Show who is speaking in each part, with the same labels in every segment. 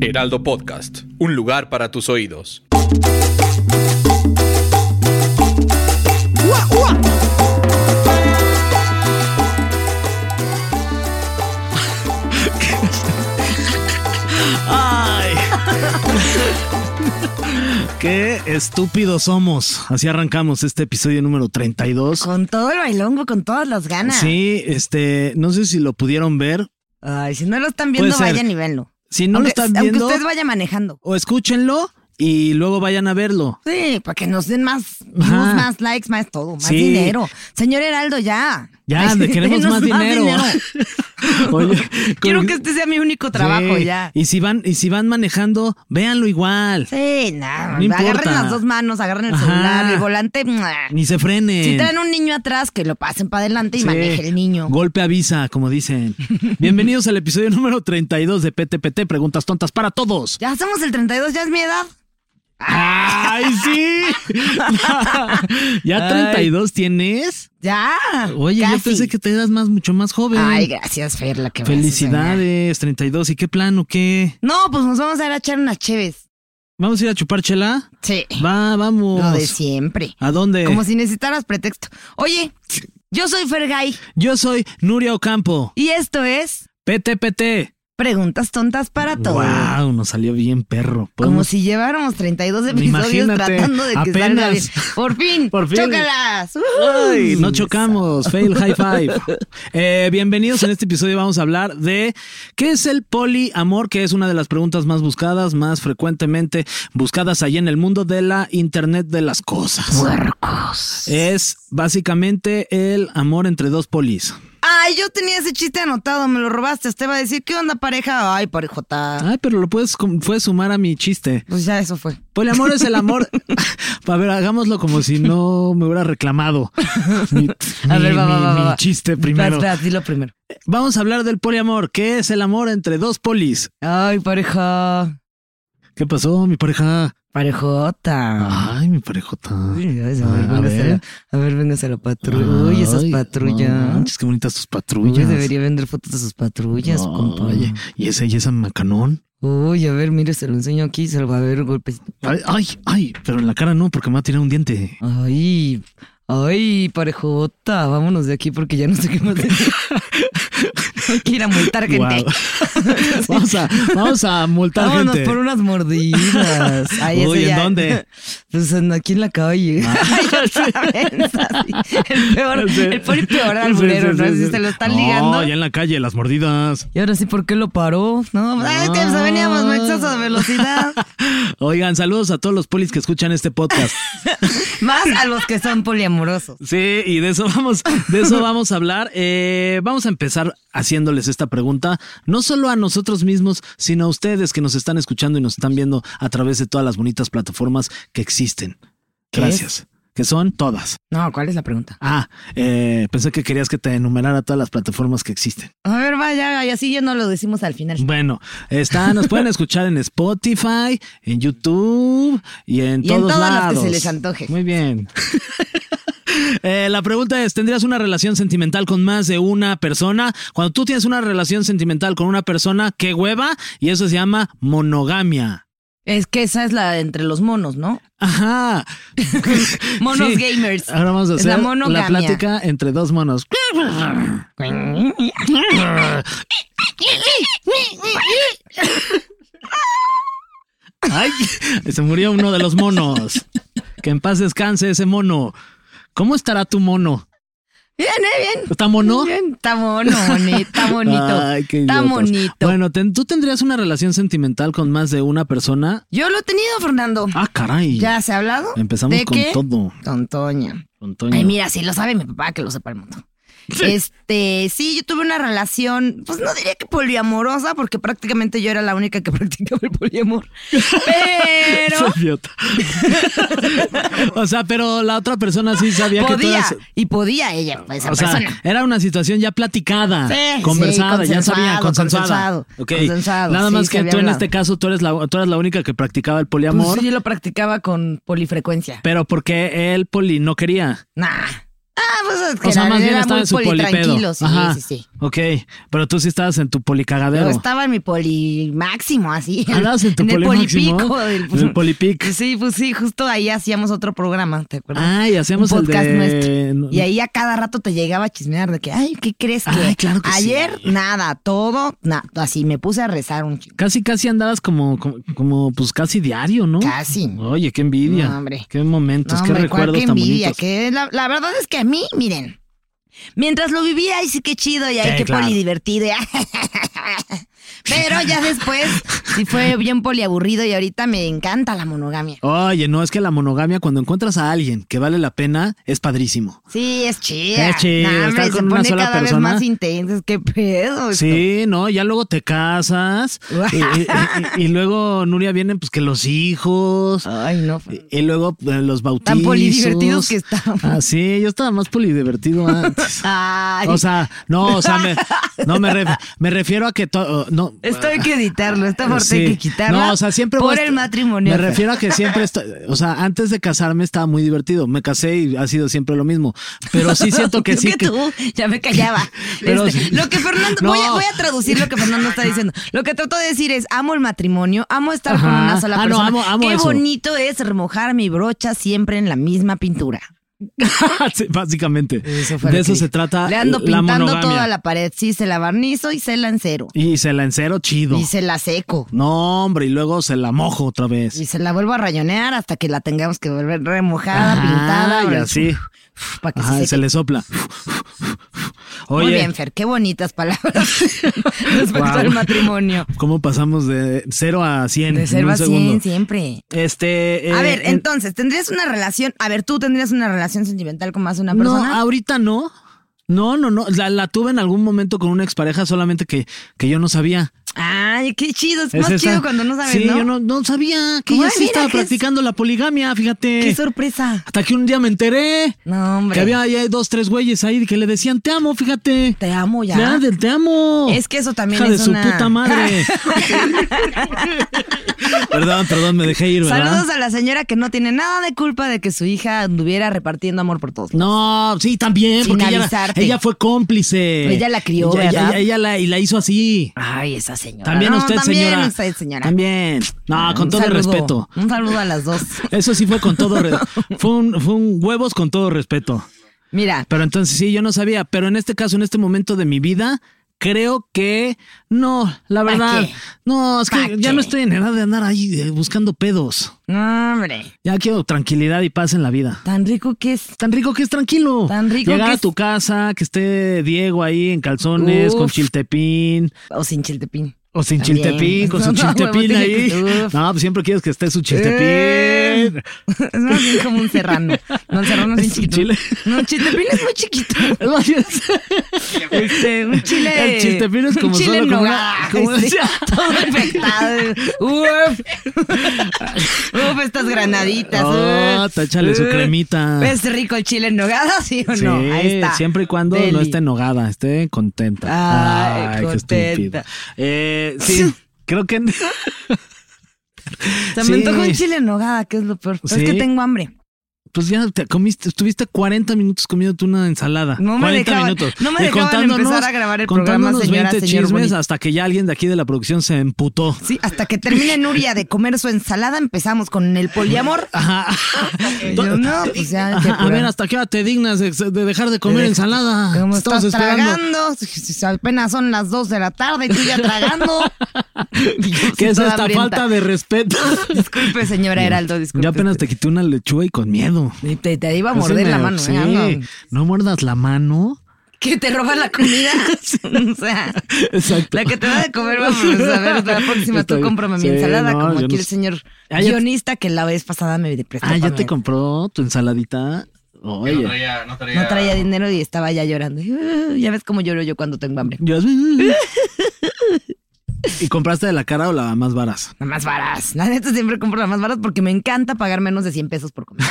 Speaker 1: Heraldo Podcast, un lugar para tus oídos.
Speaker 2: ¡Ay! ¡Qué estúpidos somos! Así arrancamos este episodio número 32.
Speaker 3: Con todo el bailongo, con todas las ganas.
Speaker 2: Sí, este, no sé si lo pudieron ver.
Speaker 3: Ay, si no lo están viendo,
Speaker 2: Puede ser.
Speaker 3: vayan y venlo.
Speaker 2: Si no lo
Speaker 3: aunque,
Speaker 2: están
Speaker 3: aunque
Speaker 2: viendo,
Speaker 3: usted vaya manejando.
Speaker 2: o escúchenlo y luego vayan a verlo.
Speaker 3: Sí, para que nos den más views,
Speaker 2: Ajá.
Speaker 3: más likes, más todo, más
Speaker 2: Sí.
Speaker 3: dinero. Señor Heraldo, ya.
Speaker 2: Ya, le queremos
Speaker 3: Denos
Speaker 2: más dinero. Oye,
Speaker 3: Quiero
Speaker 2: con-
Speaker 3: que este sea mi único trabajo,
Speaker 2: Sí.
Speaker 3: ya.
Speaker 2: Y si van, y si van manejando, véanlo igual.
Speaker 3: Sí, nada.
Speaker 2: No importa.
Speaker 3: agarren las dos manos, agarren el
Speaker 2: Ajá.
Speaker 3: celular, el volante. ¡mua!
Speaker 2: Ni se frenen.
Speaker 3: Si traen un niño atrás, que lo pasen para adelante y
Speaker 2: Sí.
Speaker 3: maneje el niño.
Speaker 2: Golpe avisa, como dicen. Bienvenidos al episodio número 32 de PTPT, Preguntas Tontas para Todos.
Speaker 3: Ya hacemos el 32, ya es mi edad.
Speaker 2: ¡Ay, sí! ¿Ya 32 tienes?
Speaker 3: Ya.
Speaker 2: Oye, yo
Speaker 3: casi.
Speaker 2: pensé que te eras más, mucho más joven.
Speaker 3: Ay, gracias, Fer, la que me haces
Speaker 2: Mm.
Speaker 3: soñar.
Speaker 2: Felicidades, 32. ¿Y qué plan o qué?
Speaker 3: No, pues nos vamos a ir a echar unas cheves.
Speaker 2: ¿Vamos a ir a chupar chela?
Speaker 3: Sí.
Speaker 2: Va, vamos.
Speaker 3: Lo de siempre.
Speaker 2: ¿A dónde?
Speaker 3: Como si necesitaras pretexto. Oye, yo soy Fergay
Speaker 2: Yo soy Nuria Ocampo,
Speaker 3: y esto es
Speaker 2: PTPT.
Speaker 3: Preguntas Tontas para Todos.
Speaker 2: Wow, nos salió bien perro.
Speaker 3: Como
Speaker 2: Podemos-
Speaker 3: si lleváramos 32 episodios
Speaker 2: pues Imagínate,
Speaker 3: tratando de que
Speaker 2: apenas.
Speaker 3: salga bien. Por fin,
Speaker 2: Por fin.
Speaker 3: chócalas. ¡Ujú!
Speaker 2: Ay, no chocamos, fail high five. Eh, bienvenidos en este episodio. Vamos a hablar de qué es el poliamor, que es una de las preguntas más buscadas, más frecuentemente buscadas allí en el mundo de la internet de las cosas.
Speaker 3: Puercos.
Speaker 2: Es básicamente el amor entre dos polis.
Speaker 3: Ay, yo tenía ese chiste anotado, me lo robaste. Usted va a decir, ¿qué onda, pareja? Ay, parejota.
Speaker 2: Ay, pero lo puedes, com- puedes sumar a mi chiste.
Speaker 3: Pues ya eso fue.
Speaker 2: Poliamor es el amor. A ver, hagámoslo como si no me hubiera reclamado. Mi,
Speaker 3: A
Speaker 2: mi-
Speaker 3: ver, va, va,
Speaker 2: mi-
Speaker 3: va, va,
Speaker 2: mi
Speaker 3: va.
Speaker 2: chiste
Speaker 3: Vas,
Speaker 2: primero.
Speaker 3: vas, dilo primero.
Speaker 2: Vamos a hablar del poliamor, que es el amor entre dos polis.
Speaker 3: Ay, pareja.
Speaker 2: ¿Qué pasó, mi pareja?
Speaker 3: Parejota.
Speaker 2: Ay, mi parejota.
Speaker 3: Ay, a ver,
Speaker 2: Ah, a
Speaker 3: véngasela.
Speaker 2: ver.
Speaker 3: A ver, véngase la patrulla. Uy, esas
Speaker 2: Ay,
Speaker 3: patrullas.
Speaker 2: no manches, qué bonitas tus
Speaker 3: Uy,
Speaker 2: patrullas.
Speaker 3: yo debería vender fotos de sus patrullas,
Speaker 2: Ay,
Speaker 3: compa.
Speaker 2: y esa, y esa macanón.
Speaker 3: Uy, a ver, mire, se lo enseño aquí, se lo va a ver un golpecito.
Speaker 2: Ay, ay, ay, pero en la cara no, porque me va a tirar un diente.
Speaker 3: Ay, ay, parejota, vámonos de aquí porque ya no sé qué más decir. Hay que ir a multar gente.
Speaker 2: Guau. vamos, a, vamos a multar
Speaker 3: Vámonos
Speaker 2: gente.
Speaker 3: por unas mordidas. Ay,
Speaker 2: Uy,
Speaker 3: eso
Speaker 2: ¿en
Speaker 3: ya-
Speaker 2: dónde? Ah.
Speaker 3: Pues en- aquí en la calle. Ay, otra vez, así. El peor,
Speaker 2: Sí.
Speaker 3: el poli peor al
Speaker 2: Sí, sí,
Speaker 3: ¿no?
Speaker 2: sí,
Speaker 3: Si
Speaker 2: sí.
Speaker 3: se lo están
Speaker 2: No,
Speaker 3: ligando.
Speaker 2: ya en la calle, las mordidas.
Speaker 3: Y ahora sí, ¿por qué lo paró? No, ay, que pues, veníamos en exceso de velocidad.
Speaker 2: Oigan, saludos a todos los polis que escuchan este podcast.
Speaker 3: Más a los que son poliamorosos.
Speaker 2: Sí, y de eso vamos, de eso vamos a hablar. Eh, vamos a empezar haciéndoles esta pregunta, no solo a nosotros mismos, sino a ustedes que nos están escuchando y nos están viendo a través de todas las bonitas plataformas que existen.
Speaker 3: ¿Qué
Speaker 2: Gracias. Que son todas.
Speaker 3: No, ¿cuál es la pregunta?
Speaker 2: Ah, eh, pensé que querías que te enumerara todas las plataformas que existen.
Speaker 3: A ver, vaya, y así ya no lo decimos al final.
Speaker 2: Bueno, está, nos pueden escuchar en Spotify, en YouTube y en
Speaker 3: Y en
Speaker 2: todos
Speaker 3: todas las que
Speaker 2: lados.
Speaker 3: se les antoje.
Speaker 2: Muy bien. Eh, la pregunta es, ¿tendrías una relación sentimental con más de una persona? Cuando tú tienes una relación sentimental con una persona, ¿qué hueva? Y eso se llama monogamia.
Speaker 3: Es que esa es la de entre los monos, ¿no?
Speaker 2: Ajá.
Speaker 3: Monos
Speaker 2: Sí.
Speaker 3: gamers.
Speaker 2: Ahora vamos a
Speaker 3: Es
Speaker 2: hacer
Speaker 3: la
Speaker 2: la,
Speaker 3: monogamia.
Speaker 2: plática entre dos monos. Mm. Ay, se murió uno de los monos. Que en paz descanse ese mono. ¿Cómo estará tu mono?
Speaker 3: Bien, eh, bien.
Speaker 2: ¿Está mono?
Speaker 3: Bien, Está mono, bonito, está bonito.
Speaker 2: Ay, qué
Speaker 3: está
Speaker 2: idiotas.
Speaker 3: bonito.
Speaker 2: Bueno, ten- ¿tú tendrías una relación sentimental con más de una persona?
Speaker 3: Yo lo he tenido, Fernando.
Speaker 2: Ah, caray.
Speaker 3: ¿Ya se ha hablado?
Speaker 2: Empezamos
Speaker 3: ¿De
Speaker 2: con
Speaker 3: qué?
Speaker 2: todo.
Speaker 3: Con Toña.
Speaker 2: Con Toño.
Speaker 3: Ay, mira, si lo sabe mi papá, que lo sepa el mundo. Este, sí, yo tuve una relación, pues no diría que poliamorosa, porque prácticamente yo era la única que practicaba el poliamor. Pero
Speaker 2: Soy idiota. o sea, pero la otra persona sí sabía que
Speaker 3: podía,
Speaker 2: todas.
Speaker 3: y podía ella, pues, esa
Speaker 2: O sea,
Speaker 3: persona.
Speaker 2: era una situación ya platicada,
Speaker 3: Sí,
Speaker 2: conversada,
Speaker 3: sí,
Speaker 2: ya
Speaker 3: consensuado,
Speaker 2: sabía, consensuada.
Speaker 3: consensuado,
Speaker 2: Ok.
Speaker 3: consensuado,
Speaker 2: Nada
Speaker 3: sí,
Speaker 2: más
Speaker 3: se
Speaker 2: que
Speaker 3: había
Speaker 2: tú en
Speaker 3: hablado.
Speaker 2: este caso tú eres la, tú eres la única que practicaba el
Speaker 3: Pues
Speaker 2: poliamor,
Speaker 3: sí, yo lo practicaba con polifrecuencia.
Speaker 2: pero porque el poli no quería.
Speaker 3: Nah. Ah, pues es que
Speaker 2: O sea,
Speaker 3: era,
Speaker 2: más bien
Speaker 3: era
Speaker 2: estaba
Speaker 3: muy
Speaker 2: en su polipedo.
Speaker 3: politranquilo, sí,
Speaker 2: Ajá.
Speaker 3: sí, sí.
Speaker 2: Ok, pero tú sí estabas en tu
Speaker 3: Yo
Speaker 2: policagadero.
Speaker 3: estaba en mi polimáximo, así.
Speaker 2: Andabas en Ah, tu
Speaker 3: el
Speaker 2: polimáximo,
Speaker 3: polipico. Del,
Speaker 2: en el polipic.
Speaker 3: Sí, pues sí, justo ahí hacíamos otro programa, ¿te acuerdas?
Speaker 2: Ah, y hacíamos
Speaker 3: Un
Speaker 2: el
Speaker 3: podcast
Speaker 2: de-
Speaker 3: nuestro. Y ahí a cada rato te llegaba a chismear de que, ay, ¿qué crees que?
Speaker 2: Ay, claro que sí.
Speaker 3: Ayer, nada, todo, nada, así me puse a rezar un chingo.
Speaker 2: Casi, casi andabas como, como, como, pues casi diario, ¿no?
Speaker 3: Casi.
Speaker 2: Oye, qué envidia.
Speaker 3: No, hombre.
Speaker 2: Qué momentos,
Speaker 3: No,
Speaker 2: qué
Speaker 3: hombre, cuál,
Speaker 2: recuerdos
Speaker 3: qué
Speaker 2: tan
Speaker 3: envidia,
Speaker 2: bonitos.
Speaker 3: que la, la verdad es que a mí, miren, mientras lo vivía, ay, sí que chido, y ay,
Speaker 2: Sí,
Speaker 3: qué
Speaker 2: claro.
Speaker 3: polidivertido. y- Pero ya después, sí fue bien poliaburrido y ahorita me encanta la monogamia.
Speaker 2: Oye, no, es que la monogamia, cuando encuentras a alguien que vale la pena, es padrísimo.
Speaker 3: Sí, es chida.
Speaker 2: Es chido,
Speaker 3: No, hombre,
Speaker 2: estar
Speaker 3: se
Speaker 2: con una
Speaker 3: pone
Speaker 2: sola
Speaker 3: cada
Speaker 2: persona.
Speaker 3: vez más intenso, qué pedo.
Speaker 2: Sí, no, ya luego te casas y, y- y- y luego Nuria vienen pues que los hijos
Speaker 3: Ay, no.
Speaker 2: y, y luego eh, los bautizos.
Speaker 3: polidivertidos que estábamos.
Speaker 2: Ah, sí, yo estaba más polidivertido antes.
Speaker 3: Ay,
Speaker 2: O sea, no, o sea, me, no me, ref- me refiero a que to- oh, no.
Speaker 3: esto hay que editarlo, esta parte hay
Speaker 2: eh, Sí.
Speaker 3: que quitarla.
Speaker 2: No, o sea, siempre
Speaker 3: por
Speaker 2: voy a-
Speaker 3: el matrimonio.
Speaker 2: Me refiero a que siempre estoy, o sea, antes de casarme estaba muy divertido. Me casé y ha sido siempre lo mismo. Pero sí siento que
Speaker 3: Creo
Speaker 2: sí que.
Speaker 3: tú ya me callaba.
Speaker 2: Pero
Speaker 3: Este,
Speaker 2: sí.
Speaker 3: Lo que Fernando,
Speaker 2: No.
Speaker 3: voy, a, voy a traducir lo que Fernando está diciendo. Lo que trato de decir es, amo el matrimonio, amo estar con
Speaker 2: Ajá.
Speaker 3: una sola
Speaker 2: Ah, no,
Speaker 3: persona.
Speaker 2: amo- amo
Speaker 3: Qué
Speaker 2: eso.
Speaker 3: bonito es remojar mi brocha siempre en la misma pintura.
Speaker 2: Sí, básicamente.
Speaker 3: fue
Speaker 2: de
Speaker 3: lo
Speaker 2: eso
Speaker 3: que
Speaker 2: se
Speaker 3: dije.
Speaker 2: trata
Speaker 3: Le ando
Speaker 2: la
Speaker 3: pintando
Speaker 2: monogamia.
Speaker 3: toda la pared. Sí, se la barnizo y se la encero.
Speaker 2: Y se la encero chido.
Speaker 3: Y se la seco.
Speaker 2: No, hombre, y luego se la mojo otra vez.
Speaker 3: Y se la vuelvo a rayonear hasta que la tengamos que volver remojada,
Speaker 2: Ajá,
Speaker 3: pintada.
Speaker 2: y
Speaker 3: ahora sí,
Speaker 2: así.
Speaker 3: Para que
Speaker 2: Ajá,
Speaker 3: se
Speaker 2: y se
Speaker 3: seque.
Speaker 2: le sopla. Oye,
Speaker 3: Muy bien, Fer, qué bonitas palabras respecto
Speaker 2: Guau.
Speaker 3: al matrimonio.
Speaker 2: ¿cómo pasamos de 0 a 100
Speaker 3: De
Speaker 2: en
Speaker 3: ser
Speaker 2: un
Speaker 3: a
Speaker 2: segundo?
Speaker 3: 100 siempre.
Speaker 2: Este, eh,
Speaker 3: A ver,
Speaker 2: en-
Speaker 3: entonces, ¿tendrías una relación? A ver, ¿tú tendrías una relación sentimental con más de una
Speaker 2: No,
Speaker 3: persona?
Speaker 2: ahorita no. No, no, no. La, la tuve en algún momento con una expareja, solamente que, que yo no sabía.
Speaker 3: Ay, qué chido. Es,
Speaker 2: Es
Speaker 3: más
Speaker 2: esa-
Speaker 3: chido cuando no sabes,
Speaker 2: Sí,
Speaker 3: ¿no?
Speaker 2: yo no, no sabía que
Speaker 3: Ay,
Speaker 2: ella sí
Speaker 3: mira,
Speaker 2: estaba
Speaker 3: qué-
Speaker 2: practicando la poligamia, fíjate.
Speaker 3: Qué sorpresa.
Speaker 2: Hasta que un día me enteré
Speaker 3: No, hombre.
Speaker 2: que había ahí hay dos, tres güeyes ahí que le decían te amo, fíjate.
Speaker 3: Te amo ya.
Speaker 2: Ya, del te amo.
Speaker 3: Es que eso también
Speaker 2: Hija
Speaker 3: es
Speaker 2: de
Speaker 3: una-
Speaker 2: su puta madre. perdón, perdón, me dejé ir, ¿verdad?
Speaker 3: Saludos a la señora que no tiene nada de culpa de que su hija anduviera repartiendo amor por todos.
Speaker 2: No, sí, también,
Speaker 3: Sin
Speaker 2: porque ella,
Speaker 3: avisarte.
Speaker 2: ella fue cómplice.
Speaker 3: Ella la crió,
Speaker 2: Ella- ella-
Speaker 3: ¿verdad?
Speaker 2: ella la, y la hizo así.
Speaker 3: Ay, esa señora.
Speaker 2: También
Speaker 3: No,
Speaker 2: usted,
Speaker 3: también
Speaker 2: señora.
Speaker 3: usted, señora.
Speaker 2: También. No, con
Speaker 3: Un
Speaker 2: todo el
Speaker 3: saludo.
Speaker 2: respeto. Eh,
Speaker 3: Un saludo a las dos.
Speaker 2: Eso sí fue con todo re- fue un fue un huevos con todo respeto.
Speaker 3: Mira,
Speaker 2: Pero entonces sí, yo no sabía, pero en este caso en este momento de mi vida creo que no, la
Speaker 3: ¿Pa'
Speaker 2: verdad.
Speaker 3: qué?
Speaker 2: No, es que
Speaker 3: ¿Pa'
Speaker 2: ya
Speaker 3: qué?
Speaker 2: no estoy en edad de andar ahí eh, buscando pedos.
Speaker 3: no, hombre,
Speaker 2: Ya quiero tranquilidad y paz en la vida.
Speaker 3: tan rico que es.
Speaker 2: Tan rico que es tranquilo.
Speaker 3: Tan rico
Speaker 2: Llegar
Speaker 3: que
Speaker 2: a
Speaker 3: es-
Speaker 2: tu casa, que esté Diego ahí en calzones,
Speaker 3: Uf.
Speaker 2: con chiltepín,
Speaker 3: O sin chiltepín.
Speaker 2: O sin
Speaker 3: También.
Speaker 2: chiltepín, con su
Speaker 3: No, no,
Speaker 2: chiltepín
Speaker 3: huevo, tiene
Speaker 2: ahí.
Speaker 3: que- uf.
Speaker 2: No, pues siempre quieres que esté su chiltepín.
Speaker 3: Eh. Es más bien como un serrano. No, el serrano es
Speaker 2: ¿Es
Speaker 3: un
Speaker 2: un
Speaker 3: chiquito.
Speaker 2: chile?
Speaker 3: No, el chiltepín es muy chiquito. Este, un chile.
Speaker 2: El chiltepín es como
Speaker 3: un chile
Speaker 2: solo
Speaker 3: en
Speaker 2: como una-
Speaker 3: nogada,
Speaker 2: como-
Speaker 3: sí, todo infectado. Uf. Uf, estas granaditas.
Speaker 2: Oh,
Speaker 3: uf.
Speaker 2: táchale su
Speaker 3: Uf.
Speaker 2: cremita.
Speaker 3: ¿Es rico el chile en nogada, sí o
Speaker 2: Sí,
Speaker 3: no? Ahí está.
Speaker 2: siempre y cuando no
Speaker 3: Deli.
Speaker 2: esté enojada, esté contenta.
Speaker 3: Ay,
Speaker 2: qué
Speaker 3: contenta.
Speaker 2: estúpido. Eh, sí, creo que...
Speaker 3: Se
Speaker 2: Sí.
Speaker 3: me antoja un chile en nogada, que es lo peor. Pero
Speaker 2: Sí.
Speaker 3: Es que tengo hambre.
Speaker 2: Pues ya te comiste, estuviste 40 minutos comiéndote una ensalada.
Speaker 3: No me
Speaker 2: 40
Speaker 3: dejaban-
Speaker 2: minutos.
Speaker 3: no me
Speaker 2: Y
Speaker 3: dejaban
Speaker 2: contándonos-
Speaker 3: empezar a grabar el
Speaker 2: contándonos
Speaker 3: programa, señora,
Speaker 2: 20
Speaker 3: señor
Speaker 2: chismes
Speaker 3: bonito.
Speaker 2: hasta que ya alguien de aquí de la producción se emputó.
Speaker 3: Sí, hasta que termine Nuria de comer su ensalada, empezamos con el poliamor.
Speaker 2: Ajá.
Speaker 3: Y yo, no, pues ya. hay que
Speaker 2: Ah, Ajá, a
Speaker 3: apurar.
Speaker 2: ver, ¿hasta qué hora te dignas de, de dejar de comer ensalada?
Speaker 3: Como
Speaker 2: Estamos
Speaker 3: estás
Speaker 2: esperando.
Speaker 3: tragando, apenas son las 2 de la tarde y tú ya tragando. Y yo, sí,
Speaker 2: ¿Qué es
Speaker 3: toda
Speaker 2: esta
Speaker 3: hambrienta.
Speaker 2: falta de respeto?
Speaker 3: Disculpe, señora Heraldo, disculpe.
Speaker 2: Yo apenas te quité una lechuga y con miedo.
Speaker 3: Y Te, te iba a
Speaker 2: Ese
Speaker 3: morder
Speaker 2: me-
Speaker 3: la mano.
Speaker 2: sí.
Speaker 3: ¿eh? No.
Speaker 2: No muerdas la mano.
Speaker 3: Que te roba la comida. o sea,
Speaker 2: Exacto.
Speaker 3: la que te da de comer, vamos a ver, la próxima
Speaker 2: Está
Speaker 3: tú
Speaker 2: bien.
Speaker 3: cómprame
Speaker 2: Sí,
Speaker 3: mi ensalada,
Speaker 2: no,
Speaker 3: como
Speaker 2: yo
Speaker 3: aquí
Speaker 2: no
Speaker 3: el
Speaker 2: sé.
Speaker 3: señor
Speaker 2: Ah, ya-
Speaker 3: guionista que la vez pasada me prestó.
Speaker 2: Ah, ya
Speaker 3: para
Speaker 2: te
Speaker 3: mi-
Speaker 2: compró tu ensaladita.
Speaker 4: Yo no
Speaker 2: Oye.
Speaker 4: traía, no traía,
Speaker 3: No traía dinero y estaba ya llorando. "Ah", Ya ves cómo lloro yo cuando tengo hambre.
Speaker 2: Yo- mm. ¿Y compraste de la cara o la más varas?
Speaker 3: Las más varas. La neta siempre compro las más varas porque me encanta pagar menos de 100 pesos por comer.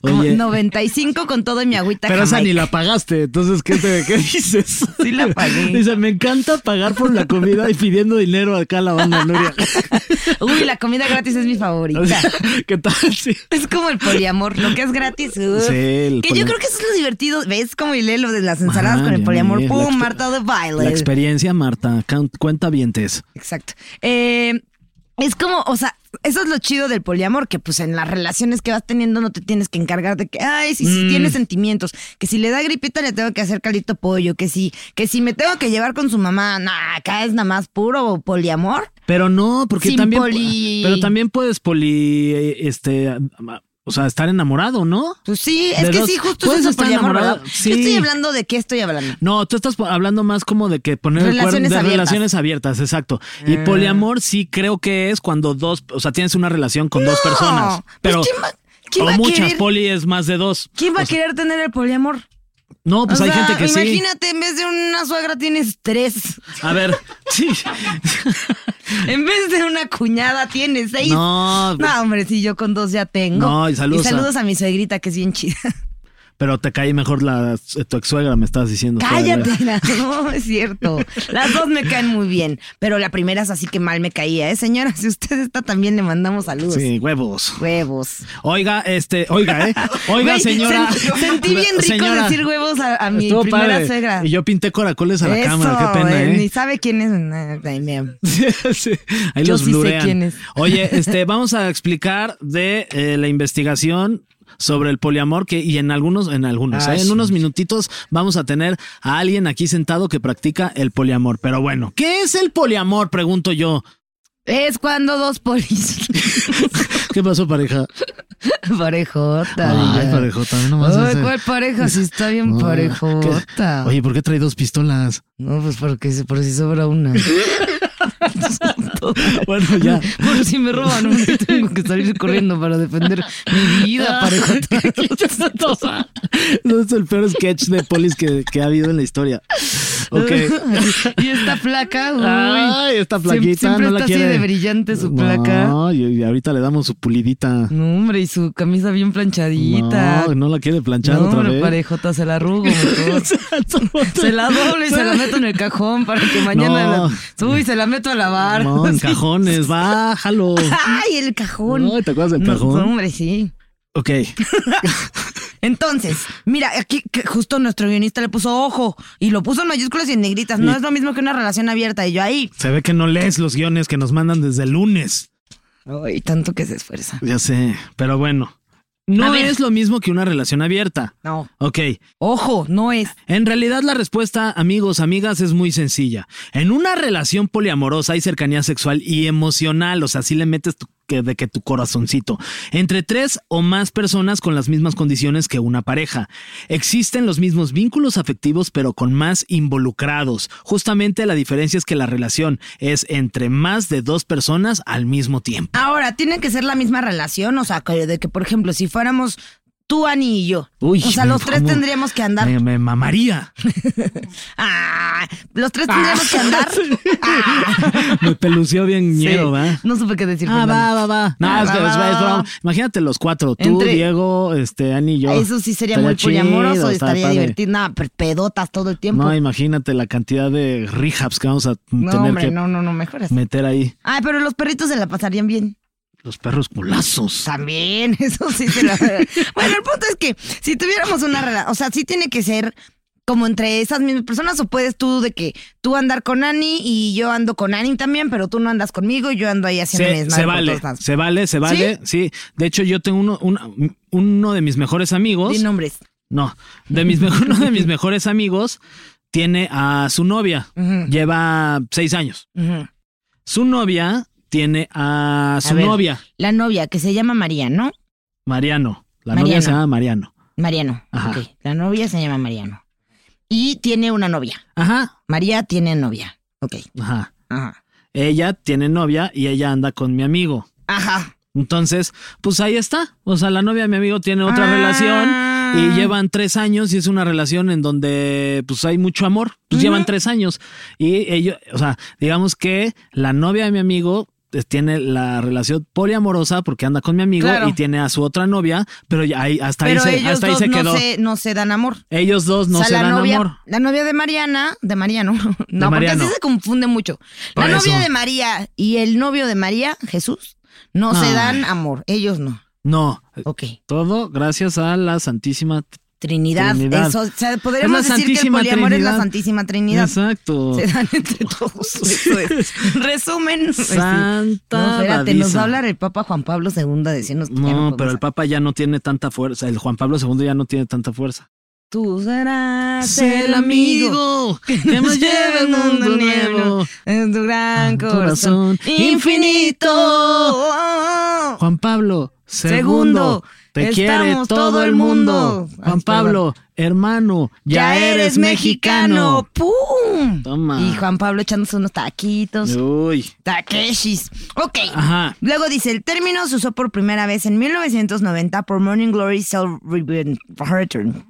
Speaker 3: Como
Speaker 2: Oye,
Speaker 3: 95 con todo y mi agüita.
Speaker 2: pero esa ni
Speaker 3: Jamaica.
Speaker 2: la pagaste, entonces, ¿qué, te- qué dices?
Speaker 3: Sí la pagué.
Speaker 2: Dice, me encanta pagar por la comida y pidiendo dinero acá a la banda Nuria.
Speaker 3: Uy, la comida gratis es mi
Speaker 2: O sea,
Speaker 3: favorita.
Speaker 2: ¿Qué tal? Sí.
Speaker 3: Es como el poliamor, lo que es gratis. uf.
Speaker 2: Sí, el
Speaker 3: que
Speaker 2: poliamor.
Speaker 3: yo creo que eso es lo divertido. ¿Ves como hilé lo de las ensaladas con el
Speaker 2: Madre
Speaker 3: poliamor?
Speaker 2: mía, la
Speaker 3: ¡Pum!
Speaker 2: exper-
Speaker 3: Marta de baile.
Speaker 2: La experiencia, Marta, count- cuenta vientes.
Speaker 3: Exacto. Eh, es como, o sea, eso es lo chido del poliamor, que pues en las relaciones que vas teniendo no te tienes que encargar de que, ay, si,
Speaker 2: Mm.
Speaker 3: si tienes sentimientos, que si le da gripita le tengo que hacer calito pollo, que si, que si me tengo que llevar con su mamá, nah, acá es nada más puro poliamor.
Speaker 2: Pero no, porque
Speaker 3: Sin
Speaker 2: también.
Speaker 3: poli.
Speaker 2: Pero también puedes poli. eh, Este. O sea, estar enamorado, ¿no?
Speaker 3: Pues sí, es
Speaker 2: De
Speaker 3: que
Speaker 2: dos-
Speaker 3: sí, justo
Speaker 2: puedes
Speaker 3: es eso,
Speaker 2: estar
Speaker 3: poliamor,
Speaker 2: enamorado,
Speaker 3: ¿verdad?
Speaker 2: sí.
Speaker 3: Yo estoy hablando de qué estoy hablando.
Speaker 2: No, tú estás po- hablando más como de que poner el cuerno de
Speaker 3: Relaciones abiertas. Ah.
Speaker 2: relaciones abiertas, exacto. Y poliamor sí creo que es cuando dos, o sea, tienes una relación con dos
Speaker 3: No,
Speaker 2: personas.
Speaker 3: pues,
Speaker 2: Pero
Speaker 3: ¿quién va- quién
Speaker 2: o
Speaker 3: va a
Speaker 2: muchas,
Speaker 3: querer?
Speaker 2: poli es más de dos.
Speaker 3: ¿Quién va a
Speaker 2: O sea,
Speaker 3: querer tener el poliamor?
Speaker 2: No, pues
Speaker 3: O
Speaker 2: hay
Speaker 3: sea,
Speaker 2: gente que sí.
Speaker 3: Imagínate, en vez de una suegra tienes tres.
Speaker 2: A ver, sí.
Speaker 3: En vez de una cuñada tienes seis.
Speaker 2: No, pues-
Speaker 3: No, hombre, sí, yo con dos ya tengo.
Speaker 2: No, y saludos
Speaker 3: Y saludos
Speaker 2: a-
Speaker 3: a, mi suegrita, que es bien chida.
Speaker 2: Pero te cae mejor la tu ex suegra, me estás diciendo.
Speaker 3: Cállate,
Speaker 2: todavía.
Speaker 3: la- no, es cierto. Las dos me caen muy bien, pero la primera es así que mal me caía, ¿eh? Señora, si usted está también, le mandamos saludos.
Speaker 2: Sí, huevos.
Speaker 3: Huevos.
Speaker 2: Oiga, este, oiga, eh. Oiga,
Speaker 3: Güey,
Speaker 2: señora.
Speaker 3: sen- sentí bien rico
Speaker 2: Señora,
Speaker 3: decir huevos a, a mi
Speaker 2: estuvo
Speaker 3: primera
Speaker 2: padre.
Speaker 3: suegra.
Speaker 2: Y yo pinté coracoles a la
Speaker 3: Eso,
Speaker 2: cámara, qué pena,
Speaker 3: eh,
Speaker 2: eh.
Speaker 3: Ni sabe quién es. Nah, ay, mira.
Speaker 2: Sí, sí. Ahí
Speaker 3: Yo
Speaker 2: los
Speaker 3: sí sé
Speaker 2: blurean.
Speaker 3: quién es.
Speaker 2: Oye, este, vamos a explicar de eh, la investigación sobre el poliamor que y en algunos en algunos
Speaker 4: Ah,
Speaker 2: eh, en
Speaker 4: sí.
Speaker 2: unos minutitos vamos a tener a alguien aquí sentado que practica el poliamor pero bueno qué es el poliamor pregunto yo
Speaker 3: Es cuando dos polis.
Speaker 2: qué pasó pareja
Speaker 3: parejota.
Speaker 2: Ay,
Speaker 3: diga.
Speaker 2: parejota, no más
Speaker 3: Ay,
Speaker 2: ese-
Speaker 3: ¿cuál pareja? Sí, está bien
Speaker 2: Ah,
Speaker 3: parejota.
Speaker 2: ¿qué? oye por qué trae dos pistolas
Speaker 3: No, pues porque se- por si sobra una.
Speaker 2: bueno ya
Speaker 3: Por si me roban una, tengo que salir corriendo para defender mi
Speaker 2: Ah.
Speaker 3: vida, parejota.
Speaker 2: No, es el peor sketch de polis que, que ha habido en la historia ok
Speaker 3: y esta placa, uy.
Speaker 2: Ay, esta plaquita
Speaker 3: Siem- Siempre
Speaker 2: no la
Speaker 3: está
Speaker 2: quiere.
Speaker 3: así de brillante su
Speaker 2: No,
Speaker 3: placa.
Speaker 2: y, y ahorita le damos su pulidita.
Speaker 3: No, hombre, y su camisa bien planchadita.
Speaker 2: No, no la quiere planchar
Speaker 3: No,
Speaker 2: otra
Speaker 3: hombre,
Speaker 2: vez.
Speaker 3: parejota, se la arrugo. mejor. se la doblo y se la meto en el cajón para que mañana... La... Uy, se la meto a lavar.
Speaker 2: No, en
Speaker 3: Sí.
Speaker 2: cajones, bájalo.
Speaker 3: ¡Ay, el cajón!
Speaker 2: No, ¿te acuerdas del
Speaker 3: No,
Speaker 2: cajón?
Speaker 3: hombre, sí.
Speaker 2: Ok.
Speaker 3: Entonces, mira, aquí que justo nuestro guionista le puso ojo y lo puso en mayúsculas y en negritas. No
Speaker 2: Y-
Speaker 3: es lo mismo que una relación abierta. Y yo ahí.
Speaker 2: Se ve que no lees los guiones que nos mandan desde el lunes.
Speaker 3: Ay, tanto que se esfuerza.
Speaker 2: Ya sé, pero bueno. No
Speaker 3: A ver.
Speaker 2: es lo mismo que una relación abierta.
Speaker 3: No.
Speaker 2: Ok.
Speaker 3: Ojo, no es.
Speaker 2: En realidad la respuesta, amigos, amigas, es muy sencilla. En una relación poliamorosa hay cercanía sexual y emocional, o sea, si le metes tu- que, de que tu corazoncito, entre tres o más personas con las mismas condiciones que una pareja. Existen los mismos vínculos afectivos, pero con más involucrados. Justamente la diferencia es que la relación es entre más de dos personas al mismo tiempo.
Speaker 3: Ahora, tiene que ser la misma relación. O sea, que- de que, por ejemplo, si fuéramos tú, Ani y yo. o sea, los tres
Speaker 2: ¿cómo?
Speaker 3: tendríamos que andar.
Speaker 2: Me, me mamaría.
Speaker 3: Ah, los tres tendríamos que andar. Ah.
Speaker 2: Me pelució bien miedo,
Speaker 3: Sí.
Speaker 2: ¿verdad?
Speaker 3: No supe qué decir.
Speaker 2: Ah,
Speaker 3: Fernando.
Speaker 2: va, va, va. No,
Speaker 3: Ah,
Speaker 2: es que
Speaker 3: va,
Speaker 2: es-
Speaker 3: va,
Speaker 2: es
Speaker 3: va,
Speaker 2: broma.
Speaker 3: va.
Speaker 2: Entre los cuatro, tú,
Speaker 3: Entre-
Speaker 2: Diego, este, Ani y yo.
Speaker 3: Eso sí sería
Speaker 2: Estaría
Speaker 3: muy poliamoroso
Speaker 2: chido,
Speaker 3: y estaría
Speaker 2: padre.
Speaker 3: divertido. Nada, pero pedotas todo el tiempo.
Speaker 2: No, imagínate la cantidad de rehabs que vamos a
Speaker 3: No,
Speaker 2: tener
Speaker 3: hombre,
Speaker 2: que
Speaker 3: no, no, no, mejor así.
Speaker 2: meter ahí.
Speaker 3: Ay, pero los perritos se la pasarían bien.
Speaker 2: Los perros culazos.
Speaker 3: Ah, También, eso sí se la... bueno, el punto es que si tuviéramos una relación, o sea, sí tiene que ser como entre esas mismas personas o puedes tú de que tú andar con Ani y yo ando con Ani también, pero tú no andas conmigo y yo ando ahí haciendo
Speaker 2: Se, se vale, se vale, se vale. ¿Sí? De hecho, yo tengo uno, un- uno de mis mejores amigos.
Speaker 3: Sin nombres.
Speaker 2: No, de mis mejo- uno de mis mejores amigos tiene a su novia.
Speaker 3: Ujú.
Speaker 2: Lleva seis años.
Speaker 3: Ujú.
Speaker 2: Su novia tiene a
Speaker 3: A
Speaker 2: su
Speaker 3: ver,
Speaker 2: novia,
Speaker 3: La novia que se llama María, ¿no?
Speaker 2: Mariano. La novia
Speaker 3: Mariano.
Speaker 2: se llama Mariano.
Speaker 3: Mariano.
Speaker 2: Ajá.
Speaker 3: ok. La novia se llama Mariano. Y tiene una novia.
Speaker 2: Ajá,
Speaker 3: María tiene novia. Ok.
Speaker 2: Ajá.
Speaker 3: Ajá.
Speaker 2: Ella tiene novia y ella anda con mi amigo.
Speaker 3: Ajá.
Speaker 2: Entonces, pues ahí está. O sea, la novia de mi amigo tiene otra
Speaker 3: Ah.
Speaker 2: relación Y llevan tres años y es una relación en donde pues hay mucho amor. Pues llevan tres años. Y ellos, o sea, digamos que la novia de mi amigo pues, tiene la relación poliamorosa porque anda con mi amigo
Speaker 3: Claro.
Speaker 2: y tiene a su otra novia, pero ya ahí- hasta
Speaker 3: Pero
Speaker 2: ahí se,
Speaker 3: ellos
Speaker 2: hasta ahí
Speaker 3: dos
Speaker 2: se
Speaker 3: no,
Speaker 2: quedó.
Speaker 3: se, no se dan amor.
Speaker 2: Ellos dos no
Speaker 3: O sea,
Speaker 2: se
Speaker 3: la
Speaker 2: dan
Speaker 3: novia,
Speaker 2: amor.
Speaker 3: La novia de Mariana, de Mariano, no, porque
Speaker 2: Mariano.
Speaker 3: así se confunde mucho.
Speaker 2: Por
Speaker 3: la
Speaker 2: eso.
Speaker 3: novia de María y el novio de María, Jesús, no
Speaker 2: Ay.
Speaker 3: se dan amor, ellos no.
Speaker 2: No.
Speaker 3: Ok.
Speaker 2: Todo gracias a la Santísima
Speaker 3: Trinidad,
Speaker 2: Trinidad.
Speaker 3: eso, o sea,
Speaker 2: Es la
Speaker 3: podríamos decir que el
Speaker 2: Santísima
Speaker 3: poliamor es
Speaker 2: Trinidad.
Speaker 3: la Santísima Trinidad.
Speaker 2: Exacto.
Speaker 3: Se dan entre todos. eso es. Resumen. pues, sí.
Speaker 2: Santa
Speaker 3: No, espérate, nos
Speaker 2: Badisa.
Speaker 3: va a hablar el Papa Juan Pablo II a decirnos que ya
Speaker 2: No,
Speaker 3: podemos
Speaker 2: pero el
Speaker 3: hablar.
Speaker 2: Papa ya no tiene tanta fuerza. El Juan Pablo II ya no tiene tanta fuerza.
Speaker 3: Tú serás
Speaker 2: Ser
Speaker 3: el amigo
Speaker 2: que nos lleve al mundo nuevo.
Speaker 3: en tu gran
Speaker 2: tu
Speaker 3: corazón,
Speaker 2: corazón infinito.
Speaker 3: infinito.
Speaker 2: Juan Pablo,
Speaker 3: Segundo,
Speaker 2: segundo, te quiere
Speaker 3: estamos
Speaker 2: todo el mundo.
Speaker 3: Ay,
Speaker 2: Juan Pablo, hermano, ya, eres mexicano.
Speaker 3: ¡Pum!
Speaker 2: Toma.
Speaker 3: Y Juan Pablo echándose unos taquitos.
Speaker 2: Uy.
Speaker 3: Takeshis. Ok.
Speaker 2: Ajá.
Speaker 3: Luego dice, el término se usó por primera vez en 1990 por Morning Glory Cell Ribbon Return.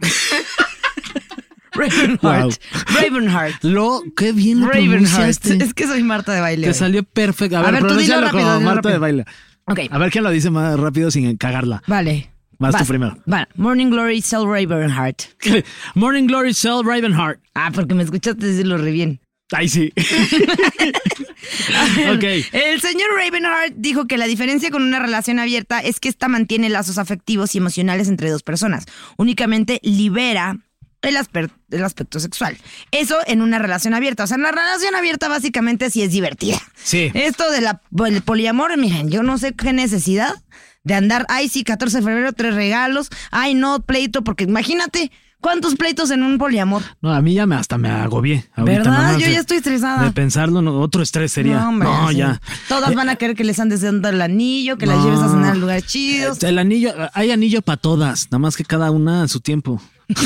Speaker 3: Ravenheart. Ravenheart.
Speaker 2: Lo, qué bien lo
Speaker 3: Ravenheart.
Speaker 2: pronunciaste.
Speaker 3: Es que soy Marta de baile.
Speaker 2: Te
Speaker 3: hoy.
Speaker 2: salió perfecto. A ver,
Speaker 3: ver, tú dilo
Speaker 2: pronúncialo
Speaker 3: rápido,
Speaker 2: como
Speaker 3: dilo
Speaker 2: Marta
Speaker 3: rápido.
Speaker 2: de baile.
Speaker 3: Ok.
Speaker 2: A ver quién lo dice más rápido sin cagarla.
Speaker 3: Vale.
Speaker 2: Vas tú primero.
Speaker 3: Vale. Morning Glory Cell Ravenheart.
Speaker 2: Morning Glory Cell Ravenheart.
Speaker 3: Ah, porque me escuchaste decirlo re bien.
Speaker 2: Ahí sí. ok.
Speaker 3: El señor Ravenheart dijo que la diferencia con una relación abierta es que esta mantiene lazos afectivos y emocionales entre dos personas. Únicamente libera el, asper- el aspecto sexual. Eso en una relación abierta. O sea, en la relación abierta básicamente sí es divertida.
Speaker 2: Sí.
Speaker 3: Esto del poliamor, miren, yo no sé qué necesidad de andar, ay sí, 14 de febrero, tres regalos, ay no, pleito, porque imagínate cuántos pleitos en un poliamor.
Speaker 2: No, a mí ya me hasta me agobié. ahorita
Speaker 3: ¿Verdad?
Speaker 2: nada más
Speaker 3: Yo ya estoy estresada.
Speaker 2: De pensarlo, no, otro estrés sería. No,
Speaker 3: No, hombre, sí.
Speaker 2: ya. Eh,
Speaker 3: Todas van a querer que les andes dando el anillo, que las
Speaker 2: No. Eh,
Speaker 3: lleves a cenar a lugares chidos.
Speaker 2: El anillo, hay anillo para todas, nada más que cada una a su tiempo.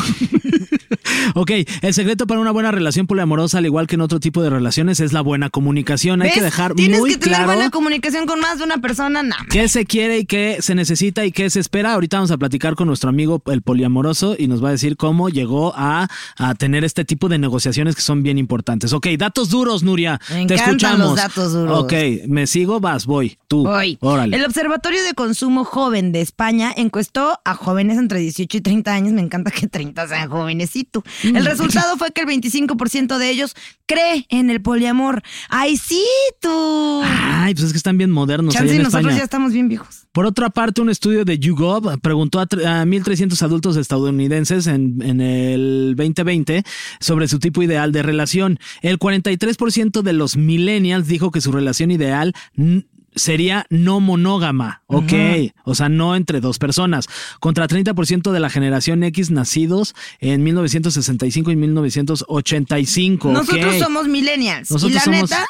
Speaker 2: ok, el secreto para una buena relación poliamorosa, al igual que en otro tipo de relaciones, es la buena comunicación. Hay
Speaker 3: ¿Ves?
Speaker 2: que dejar
Speaker 3: Tienes
Speaker 2: muy
Speaker 3: que tener
Speaker 2: claro
Speaker 3: buena comunicación con más de una persona, nada.
Speaker 2: qué se quiere y qué se necesita y qué se espera. Ahorita vamos a platicar con nuestro amigo el poliamoroso y nos va a decir cómo llegó a, a tener este tipo de negociaciones que son bien importantes. Ok, datos duros, Nuria.
Speaker 3: Me
Speaker 2: Te
Speaker 3: encantan
Speaker 2: escuchamos.
Speaker 3: los datos duros.
Speaker 2: Ok, me sigo, vas, voy, tú.
Speaker 3: Voy.
Speaker 2: Órale.
Speaker 3: El Observatorio de Consumo Joven de España encuestó a jóvenes entre 18 y 30 años. Me encanta que 30 sean jovencito.
Speaker 2: Mm.
Speaker 3: El resultado fue que el 25% de ellos cree en el poliamor. ¡Ay, sí, tú!
Speaker 2: Ay, pues es que están bien modernos
Speaker 3: Chance,
Speaker 2: allá
Speaker 3: y
Speaker 2: en
Speaker 3: nosotros
Speaker 2: España.
Speaker 3: ya estamos bien viejos.
Speaker 2: Por otra parte, un estudio de YouGov preguntó a, tre- a 1.300 adultos estadounidenses en, en el 2020 sobre su tipo ideal de relación. El 43% de los millennials dijo que su relación ideal n- sería no monógama, ok, o sea, no entre dos personas, contra 30% de la generación X nacidos en 1965 y 1985.
Speaker 3: Nosotros
Speaker 2: ok.
Speaker 3: somos millennials.
Speaker 2: Nosotros
Speaker 3: y la
Speaker 2: somos
Speaker 3: neta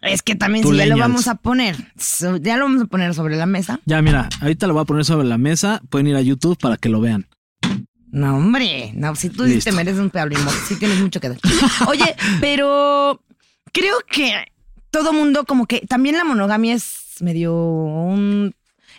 Speaker 3: es que también si ya lo
Speaker 2: tuleñals.
Speaker 3: vamos a poner, so- ya lo vamos a poner sobre la mesa.
Speaker 2: Ya, mira, ahorita lo voy a poner sobre la mesa, pueden ir a YouTube para que lo vean.
Speaker 3: No, hombre, no, si tú sí
Speaker 2: Listo.
Speaker 3: te mereces un Pablo Imor, sí tienes mucho que dar. Oye, pero creo que todo mundo como que también la monogamia es medio un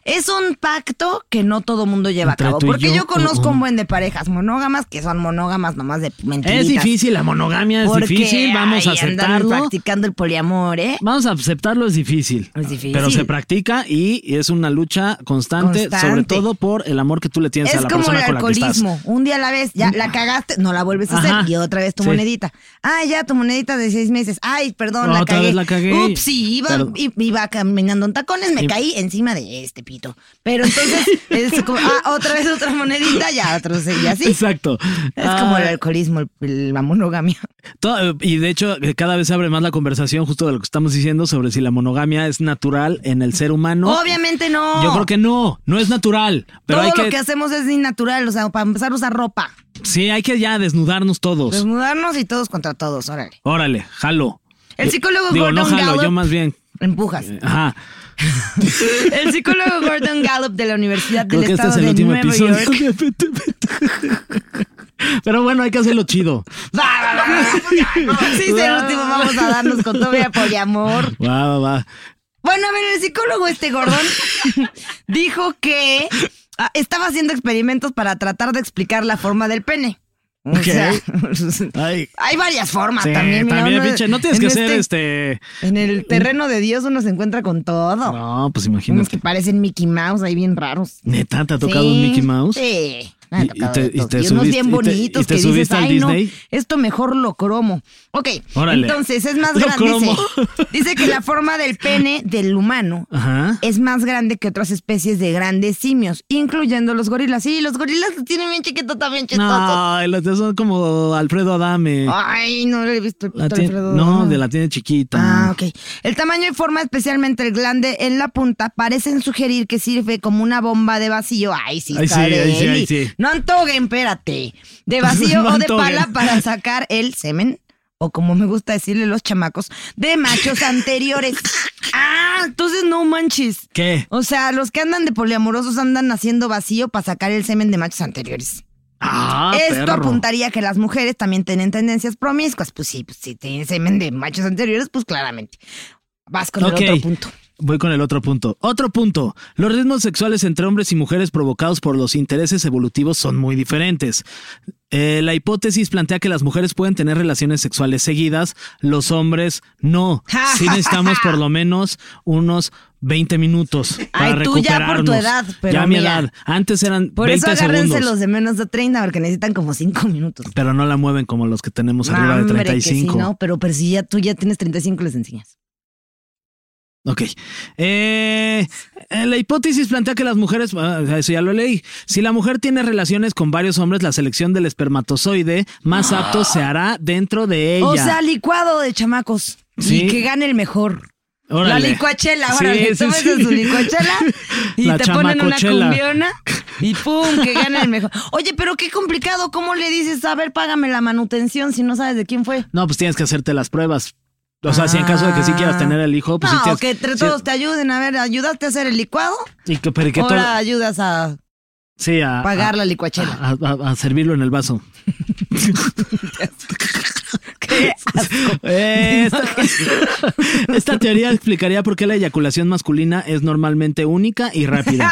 Speaker 3: es un pacto que no todo mundo lleva
Speaker 2: Entre
Speaker 3: a cabo,
Speaker 2: tú y
Speaker 3: porque
Speaker 2: yo,
Speaker 3: yo,
Speaker 2: uh,
Speaker 3: conozco
Speaker 2: uh.
Speaker 3: un buen de parejas monógamas que son monógamas nomás de mentiritas.
Speaker 2: Es difícil, la monogamia es
Speaker 3: Porque,
Speaker 2: difícil, vamos a
Speaker 3: ay, andan
Speaker 2: aceptarlo.
Speaker 3: practicando el poliamor, ¿eh?
Speaker 2: Vamos a aceptarlo, es difícil.
Speaker 3: Es difícil.
Speaker 2: Pero se practica y es una lucha constante,
Speaker 3: Constante.
Speaker 2: sobre todo por el amor que tú le tienes a
Speaker 3: Es
Speaker 2: la
Speaker 3: como el
Speaker 2: persona con la que estás. Mm.
Speaker 3: alcoholismo. Un día a la vez, ya la cagaste, no la vuelves a
Speaker 2: Ajá.
Speaker 3: hacer y otra vez tu
Speaker 2: Sí.
Speaker 3: monedita. Ah, ya tu monedita de seis meses. Ay, perdón, la
Speaker 2: Otra
Speaker 3: cagué.
Speaker 2: vez la cagué.
Speaker 3: Ups, sí, iba,
Speaker 2: Perdón.
Speaker 3: i- iba caminando en tacones, me
Speaker 2: Y-
Speaker 3: caí encima de este pito. Pero entonces, es como, ah, otra vez otra monedita, ya otro se- y así.
Speaker 2: Exacto.
Speaker 3: Es como
Speaker 2: Ah,
Speaker 3: el alcoholismo, el- el- la monogamia.
Speaker 2: todo- y de hecho, eh, cada vez se abre más la conversación justo de lo que estamos diciendo sobre si la monogamia es natural en el ser humano.
Speaker 3: Obviamente no.
Speaker 2: Yo creo que no, no es natural. Pero
Speaker 3: Todo
Speaker 2: hay
Speaker 3: lo que hacemos es innatural, o sea, para empezar a usar ropa,
Speaker 2: Sí, hay que ya desnudarnos todos.
Speaker 3: Pues desnudarnos y todos contra todos, órale.
Speaker 2: Órale, jalo.
Speaker 3: El psicólogo
Speaker 2: Digo, no
Speaker 3: Gordon
Speaker 2: jalo,
Speaker 3: Gallup-
Speaker 2: yo más bien.
Speaker 3: Empujas.
Speaker 2: Ajá.
Speaker 3: El psicólogo Gordon Gallup de la Universidad
Speaker 2: Creo
Speaker 3: del
Speaker 2: que este
Speaker 3: Estado
Speaker 2: es el
Speaker 3: de
Speaker 2: último
Speaker 3: Nueva
Speaker 2: episodio.
Speaker 3: York.
Speaker 2: Pero bueno, hay que hacerlo chido.
Speaker 3: Va, va, va, va. Sí, es el último. Vamos a darnos con todo y poliamor.
Speaker 2: Va, va, va.
Speaker 3: Bueno, a ver, el psicólogo este Gordon dijo que ah, estaba haciendo experimentos para tratar de explicar la forma del pene. O
Speaker 2: Ok.
Speaker 3: sea,
Speaker 2: Ay.
Speaker 3: hay varias formas
Speaker 2: Sí,
Speaker 3: Ah, también. mira,
Speaker 2: también,
Speaker 3: uno-
Speaker 2: pinche, no tienes
Speaker 3: en
Speaker 2: que hacer este...
Speaker 3: En el terreno de Dios uno se encuentra con todo.
Speaker 2: No, pues
Speaker 3: Unos que
Speaker 2: imagínate.
Speaker 3: parecen Mickey Mouse ahí bien raros.
Speaker 2: Neta, ¿te ha tocado un
Speaker 3: Sí,
Speaker 2: Mickey Mouse?
Speaker 3: Sí. me han
Speaker 2: ¿Y- y
Speaker 3: tocado
Speaker 2: te-
Speaker 3: de
Speaker 2: y
Speaker 3: todos.
Speaker 2: te
Speaker 3: Y unos
Speaker 2: subiste-
Speaker 3: bien
Speaker 2: y te-
Speaker 3: bonitos
Speaker 2: y te
Speaker 3: que dices,
Speaker 2: subiste al
Speaker 3: ay no,
Speaker 2: Disney"?
Speaker 3: esto mejor lo cromo. Ok,
Speaker 2: Órale.
Speaker 3: entonces es más
Speaker 2: Lo
Speaker 3: grande.
Speaker 2: cromo.
Speaker 3: Dice, Dice que la forma del pene del humano
Speaker 2: Ajá.
Speaker 3: es más grande que otras especies de grandes simios, incluyendo los gorilas. Sí, los gorilas los tienen bien chiquito, también chistosos.
Speaker 2: No, los dos son como Alfredo Adame.
Speaker 3: Ay, no le he visto el
Speaker 2: La
Speaker 3: pito
Speaker 2: tiene-
Speaker 3: Ah, Alfredo.
Speaker 2: no, de la tiene chiquita.
Speaker 3: Ah, ok. El tamaño y forma, especialmente el glande en la punta, parecen sugerir que sirve como una bomba de vacío. Ay, sí,
Speaker 2: Ay,
Speaker 3: está
Speaker 2: sí, ay, sí,
Speaker 3: deli.
Speaker 2: ay, sí.
Speaker 3: No antoguen, espérate. De vacío
Speaker 2: No
Speaker 3: o de
Speaker 2: antoguen.
Speaker 3: pala para sacar el semen. O como me gusta decirle los chamacos, de machos anteriores. Ah, entonces no manches.
Speaker 2: ¿Qué?
Speaker 3: O sea, los que andan de poliamorosos andan haciendo vacío para sacar el semen de machos anteriores.
Speaker 2: Ah,
Speaker 3: Esto
Speaker 2: perro.
Speaker 3: apuntaría a que las mujeres también tienen tendencias promiscuas. Pues sí, pues si tienen semen de machos anteriores, pues claramente. Vas con
Speaker 2: Ok.
Speaker 3: el otro punto.
Speaker 2: Voy con el otro punto. Otro punto. Los ritmos sexuales entre hombres y mujeres provocados por los intereses evolutivos son muy diferentes. Eh, la hipótesis plantea que las mujeres pueden tener relaciones sexuales seguidas, los hombres no. Sí necesitamos por lo menos unos 20 minutos para
Speaker 3: Ay, tú ya por tu
Speaker 2: recuperarnos.
Speaker 3: edad, pero
Speaker 2: ya a mi
Speaker 3: mira.
Speaker 2: edad. Antes eran
Speaker 3: Por
Speaker 2: 20
Speaker 3: eso agárrense
Speaker 2: segundos.
Speaker 3: los de menos de 30, porque necesitan como 5 minutos.
Speaker 2: Pero no la mueven como los que tenemos arriba de
Speaker 3: Hombre,
Speaker 2: 35.
Speaker 3: Que sí, no, pero, pero si ya tú ya tienes 35, les enseñas.
Speaker 2: Ok. Eh, eh, la hipótesis plantea que las mujeres, ah, eso ya lo leí, si la mujer tiene relaciones con varios hombres, la selección del espermatozoide más apto se hará dentro de ella.
Speaker 3: O sea, licuado de chamacos.
Speaker 2: Sí.
Speaker 3: Y que gane el mejor.
Speaker 2: Órale.
Speaker 3: La licuachela,
Speaker 2: Sí,
Speaker 3: ahora le
Speaker 2: sí,
Speaker 3: tomas
Speaker 2: sí.
Speaker 3: su licuachela y
Speaker 2: La
Speaker 3: te ponen una
Speaker 2: chamacochela.
Speaker 3: cumbiona y pum, que gana el mejor. Oye, pero qué complicado, ¿cómo le dices? A ver, págame la manutención si no sabes de quién fue.
Speaker 2: No, pues tienes que hacerte las pruebas. O sea, si en caso de que sí quieras tener el hijo, pues
Speaker 3: Ah. no,
Speaker 2: sí tienes
Speaker 3: que entre
Speaker 2: sí-
Speaker 3: todos te ayuden. A ver, ayudaste a hacer el licuado,
Speaker 2: y que- pero que todo-
Speaker 3: ahora ayudas a
Speaker 2: sí, a,
Speaker 3: pagar la
Speaker 2: a-
Speaker 3: licuachela.
Speaker 2: a- a- a servirlo en el vaso. Ah,
Speaker 3: Qué asco.
Speaker 2: Eh, Esta, esta teoría explicaría por qué la eyaculación masculina es normalmente única y rápida.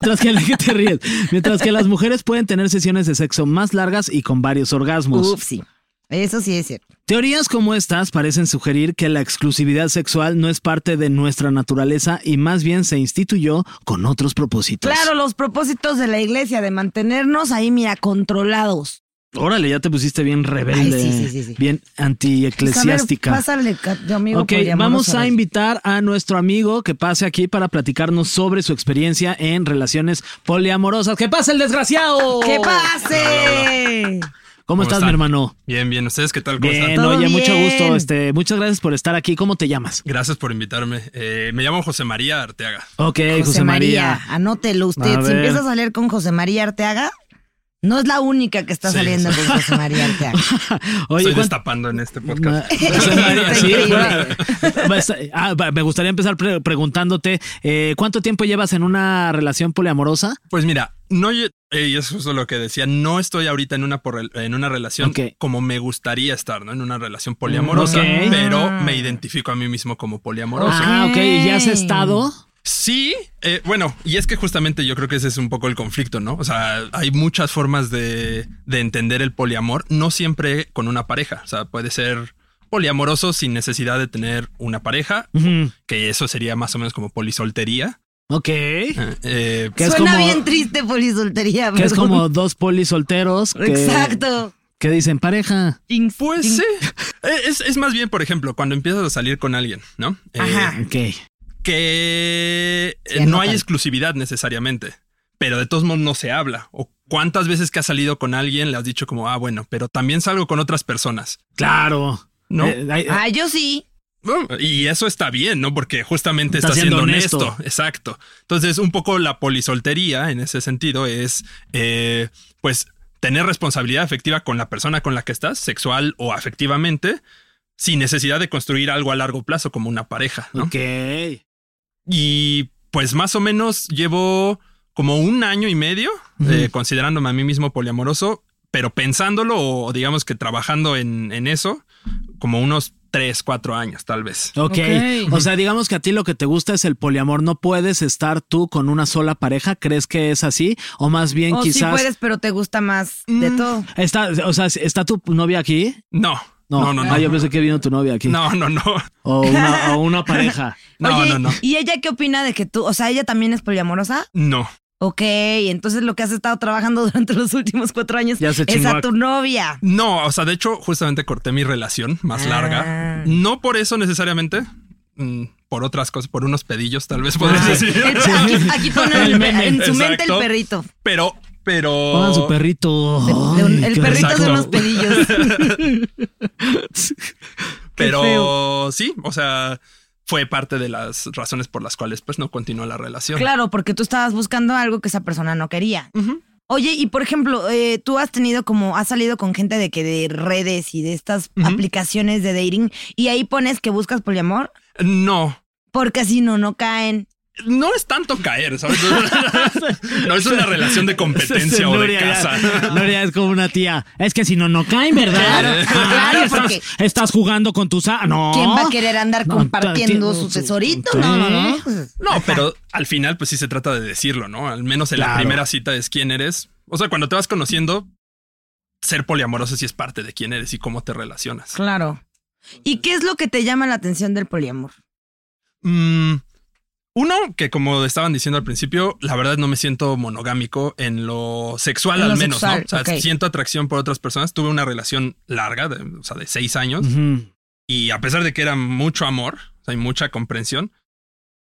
Speaker 2: Mientras que, ¿qué te ríes? Mientras que las mujeres pueden tener sesiones de sexo más largas y con varios orgasmos.
Speaker 3: Uf, sí. Eso sí es cierto.
Speaker 2: Pues- Teorías como estas parecen sugerir que la exclusividad sexual no es parte de nuestra naturaleza y más bien se instituyó con otros propósitos.
Speaker 3: Claro, los propósitos de la iglesia de mantenernos ahí, mira, controlados.
Speaker 2: Órale, ya te pusiste bien rebelde.
Speaker 3: Ay, sí, sí, sí, sí.
Speaker 2: Bien antieclesiástica.
Speaker 3: Pues, a ver, pásale, ca- amigo.
Speaker 2: Ok,
Speaker 3: poliamoroso,
Speaker 2: vamos a
Speaker 3: ver.
Speaker 2: invitar a nuestro amigo que pase aquí para platicarnos sobre su experiencia en relaciones poliamorosas. ¡Que pase el desgraciado!
Speaker 3: ¡Que pase!
Speaker 2: ¿Cómo, estás, mi
Speaker 5: están?
Speaker 2: hermano?
Speaker 5: Bien, bien. ¿Ustedes qué tal? ¿Cómo están?
Speaker 2: Bien,
Speaker 3: Pues, Todo
Speaker 2: oye, mucho
Speaker 3: bien.
Speaker 2: gusto. Este, muchas gracias por estar aquí. ¿Cómo te llamas?
Speaker 5: Gracias por invitarme. Eh, me llamo José María Arteaga.
Speaker 2: Ok, José, María.
Speaker 3: Anótelo usted.
Speaker 2: A
Speaker 3: si
Speaker 2: ver.
Speaker 3: empieza a salir con José María Arteaga, no es la única que está
Speaker 5: Sí,
Speaker 3: saliendo con José María Arteaga.
Speaker 2: Oye,
Speaker 5: Estoy
Speaker 2: ¿cuánto-
Speaker 5: destapando en este podcast.
Speaker 2: José María,
Speaker 3: Está
Speaker 2: sí,
Speaker 3: increíble.
Speaker 2: bueno, va, está- ah, va, me gustaría empezar pre- preguntándote, eh, ¿cuánto tiempo llevas en una relación poliamorosa?
Speaker 5: Pues mira, no, lle- eh, y es justo lo que decía, no estoy ahorita en una, por- en una relación
Speaker 2: Ok. Mm,
Speaker 5: como me gustaría estar, ¿no? En una relación poliamorosa,
Speaker 2: Ok.
Speaker 5: pero me identifico a mí mismo como poliamoroso.
Speaker 2: Ah, ok, ¿y ya has estado?
Speaker 5: Sí, eh, bueno, y es que justamente yo creo que ese es un poco el conflicto, ¿no? O sea, hay muchas formas de, de entender el poliamor, no siempre con una pareja, o sea, puede ser poliamoroso sin necesidad de tener una pareja,
Speaker 2: Ujú.
Speaker 5: que eso sería más o menos como polisoltería.
Speaker 2: Ok.
Speaker 5: Eh, eh,
Speaker 2: Que es
Speaker 3: Suena
Speaker 2: como-
Speaker 3: bien triste polisoltería,
Speaker 2: Que es
Speaker 3: perdón.
Speaker 2: como dos polis solteros. que-
Speaker 3: Exacto.
Speaker 2: Que dicen pareja.
Speaker 3: Jinx,
Speaker 5: pues
Speaker 3: jinx.
Speaker 5: sí. Eh, Es, es más bien, por ejemplo, cuando empiezas a salir con alguien, ¿no? Eh,
Speaker 3: Ajá.
Speaker 2: Ok.
Speaker 5: que
Speaker 3: Sí,
Speaker 5: eh, no
Speaker 3: anotan.
Speaker 5: hay exclusividad necesariamente, pero de todos modos no se habla. O cuántas veces que has salido con alguien le has dicho como, ah, bueno, pero también salgo con otras personas.
Speaker 2: Claro.
Speaker 5: No.
Speaker 2: Eh, ay, ay,
Speaker 3: Ah, yo sí.
Speaker 5: Bueno, Y eso está bien, ¿no? Porque justamente
Speaker 2: Está
Speaker 5: está, siendo,
Speaker 2: siendo
Speaker 5: honesto.
Speaker 2: honesto.
Speaker 5: Exacto. Entonces, un poco la polisoltería en ese sentido es, eh, pues, tener responsabilidad afectiva con la persona con la que estás, sexual o afectivamente, sin necesidad de construir algo a largo plazo como una pareja, ¿no?
Speaker 2: ok.
Speaker 5: Y pues más o menos llevo como un año y medio eh, considerándome a mí mismo poliamoroso, pero pensándolo o, o digamos que trabajando en, en eso, como unos tres, cuatro años tal vez.
Speaker 2: Ok.
Speaker 3: Ok.
Speaker 2: O sea, digamos que a ti lo que te gusta es el poliamor. No puedes estar tú con una sola pareja. ¿Crees que es así? O más bien,
Speaker 3: o Oh, sí
Speaker 2: quizás.
Speaker 3: puedes, pero te gusta más
Speaker 5: Mm.
Speaker 3: de todo.
Speaker 2: Está, o sea, ¿está tu novia aquí?
Speaker 5: No, no, no, no.
Speaker 2: Ah, yo pensé que vino tu novia aquí.
Speaker 5: No, no, no.
Speaker 2: O una, o una pareja.
Speaker 5: No,
Speaker 3: Oye,
Speaker 5: no, no.
Speaker 3: ¿y ella qué opina de que tú, o sea, ella también es poliamorosa?
Speaker 5: No.
Speaker 3: Ok, entonces lo que has estado trabajando durante los últimos cuatro años
Speaker 2: Ya se
Speaker 3: es
Speaker 2: chingó a-
Speaker 3: a tu novia.
Speaker 5: No, o sea, de hecho, justamente corté mi relación más larga. No por eso necesariamente, mm, por otras cosas, por unos pedillos, tal vez podrías decir.
Speaker 3: Aquí, aquí ponen
Speaker 5: El
Speaker 3: el
Speaker 5: meme.
Speaker 3: pe- en su mente el
Speaker 5: Exacto.
Speaker 3: perrito.
Speaker 5: Pero, pero.
Speaker 2: Pongan su perrito.
Speaker 3: De un-
Speaker 2: Ay,
Speaker 3: el
Speaker 2: qué
Speaker 3: perrito de
Speaker 5: exacto.
Speaker 3: unos pelillos.
Speaker 5: Pero sí, o sea, fue parte de las razones por las cuales pues no continuó la relación.
Speaker 3: Claro, porque tú estabas buscando algo que esa persona no quería. Oye, y por ejemplo, eh, tú has tenido como, has salido con gente de que de redes y de estas aplicaciones de dating y ahí pones que buscas poliamor,
Speaker 5: No,
Speaker 3: porque si no, no caen.
Speaker 5: no es tanto caer, ¿sabes? No es una relación de
Speaker 2: Este,
Speaker 5: competencia o de
Speaker 2: Nuria, ya-
Speaker 5: casa.
Speaker 2: Nuria es como una tía. Es que si no, no caen, ¿verdad?
Speaker 3: Claro, claro,
Speaker 2: estás,
Speaker 3: porque-
Speaker 2: estás jugando con tus... a- No.
Speaker 3: ¿Quién va a querer andar
Speaker 2: Ah. No,
Speaker 3: compartiendo
Speaker 2: entiendo,
Speaker 3: su
Speaker 2: sí,
Speaker 3: tesorito? No, no, no.
Speaker 5: No, pero al final pues sí se trata de decirlo, ¿no? Al menos en
Speaker 2: Claro.
Speaker 5: la primera cita es quién eres. O sea, cuando te vas conociendo, ser poliamoroso sí es parte de quién eres y cómo te relacionas.
Speaker 3: Claro. ¿Y qué es lo que te llama la atención del poliamor?
Speaker 5: Mm, uno, que como estaban diciendo al principio, la verdad no me siento monogámico en lo sexual
Speaker 3: En
Speaker 5: al
Speaker 3: lo
Speaker 5: menos,
Speaker 3: sexual,
Speaker 5: ¿no? O sea,
Speaker 3: ok.
Speaker 5: siento atracción por otras personas. Tuve una relación larga, de, o sea, de seis años,
Speaker 2: Ujú.
Speaker 5: y a pesar de que era mucho amor, o sea, y mucha comprensión,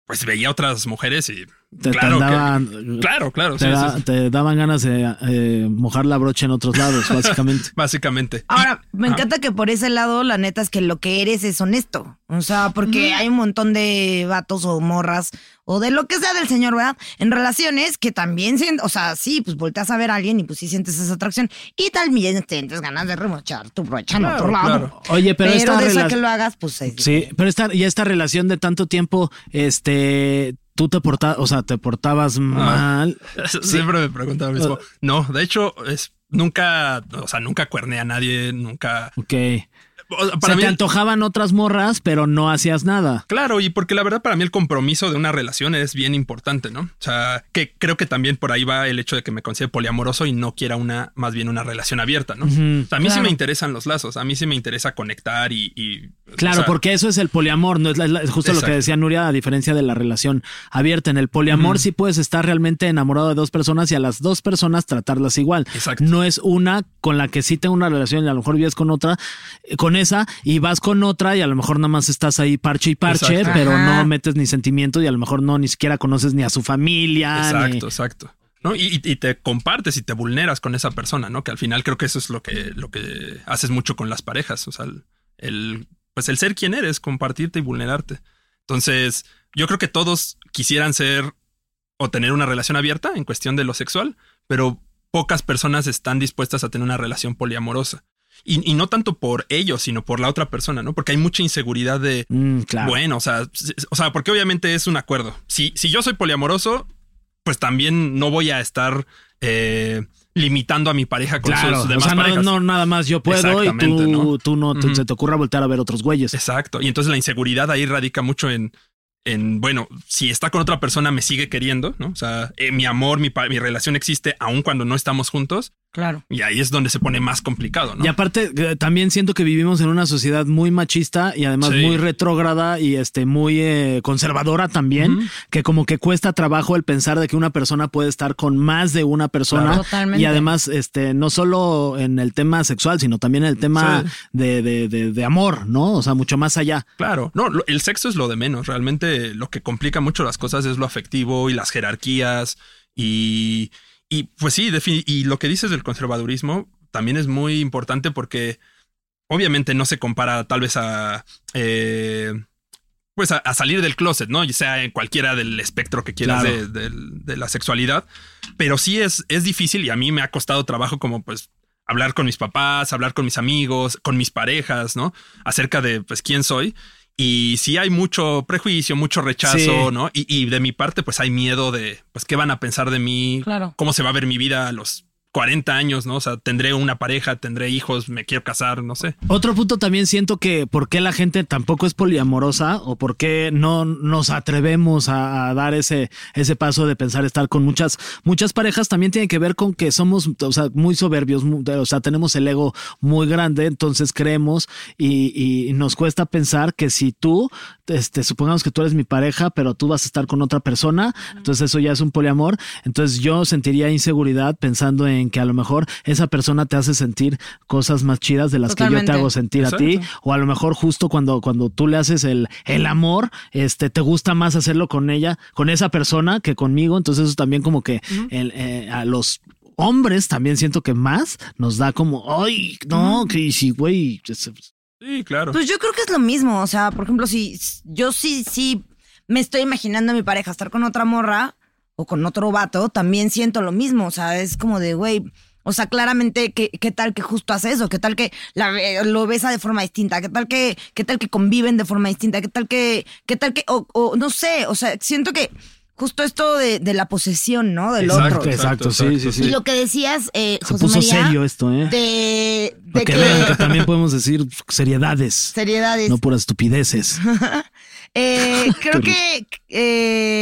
Speaker 5: pues veía otras mujeres y...
Speaker 2: Te, te
Speaker 5: claro, que-
Speaker 2: andaban-
Speaker 5: claro, claro,
Speaker 2: te
Speaker 5: sí,
Speaker 2: da-
Speaker 5: sí, sí,
Speaker 2: te daban ganas de eh, mojar la brocha en otros lados, básicamente.
Speaker 5: básicamente.
Speaker 3: Ahora, me
Speaker 5: Ah.
Speaker 3: encanta que por ese lado, la neta es que lo que eres es honesto. O sea, porque hay un montón de vatos o morras o de lo que sea del señor, ¿verdad? En relaciones que también, sien- o sea, sí, pues volteas a ver a alguien y pues sí sientes esa atracción y también sientes ganas de remochar tu brocha en
Speaker 5: Claro,
Speaker 3: otro lado.
Speaker 5: claro.
Speaker 2: Oye, pero
Speaker 3: Pero,
Speaker 2: esta
Speaker 3: de eso a
Speaker 2: rela-
Speaker 3: que lo hagas, pues es
Speaker 2: Sí, pero esta, y esta relación de tanto tiempo, este, tú te portabas, o sea, te
Speaker 5: Ah.
Speaker 2: portabas mal.
Speaker 5: Siempre me preguntaba lo mismo. No, de hecho, es nunca, o sea, nunca cuerné a nadie, nunca...
Speaker 2: Ok.
Speaker 5: o sea,
Speaker 2: Se
Speaker 5: para mí-
Speaker 2: te antojaban otras morras, pero no hacías nada.
Speaker 5: Claro, y porque la verdad para mí el compromiso de una relación es bien importante, ¿no? O sea, que creo que también por ahí va el hecho de que me considere poliamoroso y no quiera una, más bien una relación abierta, ¿no? O sea, a mí sí me interesan los lazos, a mí sí me interesa conectar y... y,
Speaker 2: Claro,
Speaker 5: o sea,
Speaker 2: porque eso es el poliamor, no es, la- es la- es justo lo que
Speaker 5: Exacto.
Speaker 2: decía Nuria, a diferencia de la relación abierta. En el poliamor sí puedes estar realmente enamorado de dos personas y a las dos personas tratarlas igual.
Speaker 5: Exacto.
Speaker 2: No es una con la que sí tengo una relación y a lo mejor vives con otra, eh, con esa, y vas con otra y a lo mejor nada más estás ahí parche y parche,
Speaker 5: Exacto.
Speaker 2: pero
Speaker 3: Ajá.
Speaker 2: no metes ni sentimiento y a lo mejor no ni siquiera conoces ni a su familia. ni-
Speaker 5: Exacto, exacto. ¿no? Y, y- y te compartes y te vulneras con esa persona, ¿no? Que al final creo que eso es lo que, lo que haces mucho con las parejas. O sea, el, el- pues el ser quien eres, compartirte y vulnerarte. Entonces, yo creo que todos quisieran ser o tener una relación abierta en cuestión de lo sexual, pero pocas personas están dispuestas a tener una relación poliamorosa. Y, y no tanto por ellos, sino por la otra persona, ¿no? Porque hay mucha inseguridad de,
Speaker 2: Mm, claro.
Speaker 5: bueno, o sea, s- o sea, porque obviamente es un acuerdo. Si, si yo soy poliamoroso, pues también no voy a estar eh, limitando a mi pareja con
Speaker 2: Claro,
Speaker 5: sus
Speaker 2: o
Speaker 5: demás
Speaker 2: sea, no,
Speaker 5: parejas.
Speaker 2: no, nada más yo puedo y tú
Speaker 5: Exactamente,
Speaker 2: no,
Speaker 5: ¿no?
Speaker 2: tú no te-
Speaker 5: Ujú.
Speaker 2: se te ocurra voltear a ver otros güeyes.
Speaker 5: Exacto. Y entonces la inseguridad ahí radica mucho en, en bueno, si está con otra persona me sigue queriendo, ¿no? O sea, eh, mi amor, mi, pa- mi relación existe aun cuando no estamos juntos.
Speaker 3: Claro.
Speaker 5: Y ahí es donde se pone más complicado, ¿no?
Speaker 2: Y aparte, eh, también siento que vivimos en una sociedad muy machista y además
Speaker 5: Sí.
Speaker 2: muy retrógrada y este muy eh, conservadora también, que como que cuesta trabajo el pensar de que una persona puede estar con más de una persona.
Speaker 3: Claro. Totalmente.
Speaker 2: Y además, este, no solo en el tema sexual, sino también en el tema
Speaker 5: Sí.
Speaker 2: de, de- de- de amor, ¿no? O sea, mucho más allá.
Speaker 5: Claro, no, lo- el sexo es lo de menos. Realmente lo que complica mucho las cosas es lo afectivo y las jerarquías. Y, y, pues sí, defi- y lo que dices del conservadurismo también es muy importante porque obviamente no se compara tal vez a... eh, pues a, a salir del closet, ¿no? Ya sea en cualquiera del espectro que quieras
Speaker 2: Claro.
Speaker 5: de, del- de la sexualidad. Pero sí es, es difícil y a mí me ha costado trabajo como pues hablar con mis papás, hablar con mis amigos, con mis parejas, ¿no? Acerca de pues quién soy. Y sí hay mucho prejuicio, mucho rechazo,
Speaker 2: Sí.
Speaker 5: ¿no? Y, y de mi parte pues hay miedo de pues qué van a pensar de mí,
Speaker 3: Claro.
Speaker 5: cómo se va a ver mi vida a los 40 años, ¿no? O sea, tendré una pareja, tendré hijos, me quiero casar, no sé.
Speaker 2: Otro punto también siento que por qué la gente tampoco es poliamorosa o por qué no nos atrevemos a, a dar ese, ese paso de pensar estar con muchas, muchas parejas también tiene que ver con que somos o sea, muy soberbios, mu- o sea, tenemos el ego muy grande, entonces creemos y, y nos cuesta pensar que si tú, este, supongamos que tú eres mi pareja, pero tú vas a estar con otra persona, entonces eso ya es un poliamor, entonces yo sentiría inseguridad pensando en que a lo mejor esa persona te hace sentir cosas más chidas de las que yo te
Speaker 3: Totalmente.
Speaker 2: hago sentir a ti o a lo mejor justo cuando cuando tú le haces el el amor este te gusta más hacerlo con ella con esa persona que conmigo entonces eso también como que el, eh, a los hombres también siento que más nos da como ay no que si güey es-
Speaker 5: Sí, claro.
Speaker 3: Pues yo creo que es lo mismo. O sea, por ejemplo, si s- yo sí, sí me estoy imaginando a mi pareja estar con otra morra o con otro vato, también siento lo mismo. O sea, es como de, güey. O sea, claramente, ¿qué, qué tal que justo hace eso? ¿Qué tal que la ve- lo besa de forma distinta? ¿Qué tal que, qué tal que conviven de forma distinta? ¿Qué tal que, qué tal que, o, o no sé, o sea, siento que justo esto de, de la posesión, ¿no? Del
Speaker 2: Exacto,
Speaker 3: otro.
Speaker 2: exacto, sí, sí, sí.
Speaker 3: Y lo que decías, eh,
Speaker 2: se
Speaker 3: José
Speaker 2: puso
Speaker 3: María,
Speaker 2: serio esto eh
Speaker 3: de,
Speaker 2: Para
Speaker 3: de
Speaker 2: que
Speaker 3: que,
Speaker 2: vean que también podemos decir seriedades
Speaker 3: seriedades.
Speaker 2: no puras estupideces
Speaker 3: Eh, creo
Speaker 2: Qué
Speaker 3: que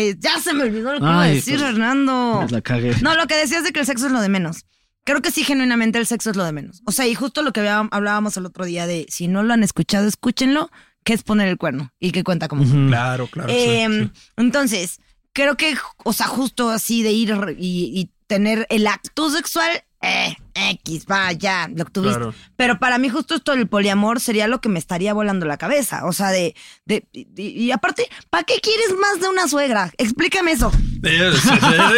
Speaker 3: eh, ya se me olvidó lo que iba a
Speaker 2: Ay,
Speaker 3: decir,
Speaker 2: pues,
Speaker 3: Hernando.
Speaker 2: la cagué.
Speaker 3: No, lo que decías de que el sexo es lo de menos. Creo que sí, genuinamente el sexo es lo de menos. O sea, y justo lo que había- hablábamos el otro día de si no lo han escuchado, escúchenlo, que es poner el cuerno y que cuenta como.
Speaker 5: Mm. Claro, claro. sí,
Speaker 2: Em.
Speaker 3: Eh,
Speaker 5: sí.
Speaker 3: Entonces, creo que, o sea, justo así de ir y, y tener el acto sexual, eh, X, va, ya, lo que tuviste.
Speaker 5: Claro.
Speaker 3: Pero para mí justo esto del poliamor sería lo que me estaría volando la cabeza. O sea, de... de y, y aparte, ¿para qué quieres más de una suegra? Explícame eso.
Speaker 5: Eh, sí, sí,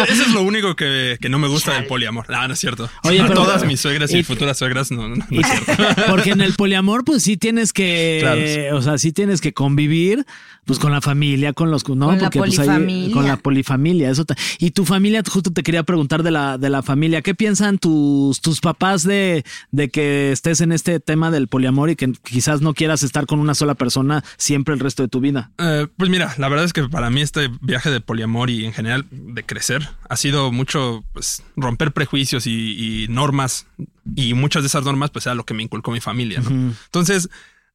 Speaker 5: Eso es lo único que, que no me gusta del poliamor. Ah, no es cierto.
Speaker 2: Oye,
Speaker 5: A
Speaker 2: pero-
Speaker 5: todas mis suegras y,
Speaker 2: y-
Speaker 5: futuras suegras no, no, no
Speaker 2: Y-
Speaker 5: es cierto.
Speaker 2: Porque en el poliamor, pues sí tienes que,
Speaker 5: Claro.
Speaker 2: eh, o sea, sí tienes que convivir, pues con la familia, con los, no,
Speaker 3: Con la
Speaker 2: porque pues, ahí-
Speaker 3: polifamilia.
Speaker 2: con la polifamilia, eso. ta- Y tu familia, justo te quería preguntar de la, de la familia, ¿qué piensan tus, tus papás de, de que estés en este tema del poliamor y que quizás no quieras estar con una sola persona siempre el resto de tu vida?
Speaker 5: Eh, pues mira, la verdad es que para mí este viaje de poliamor y en general de crecer ha sido mucho pues, romper prejuicios y, y normas y muchas de esas normas pues era lo que me inculcó mi familia. ¿no? Entonces,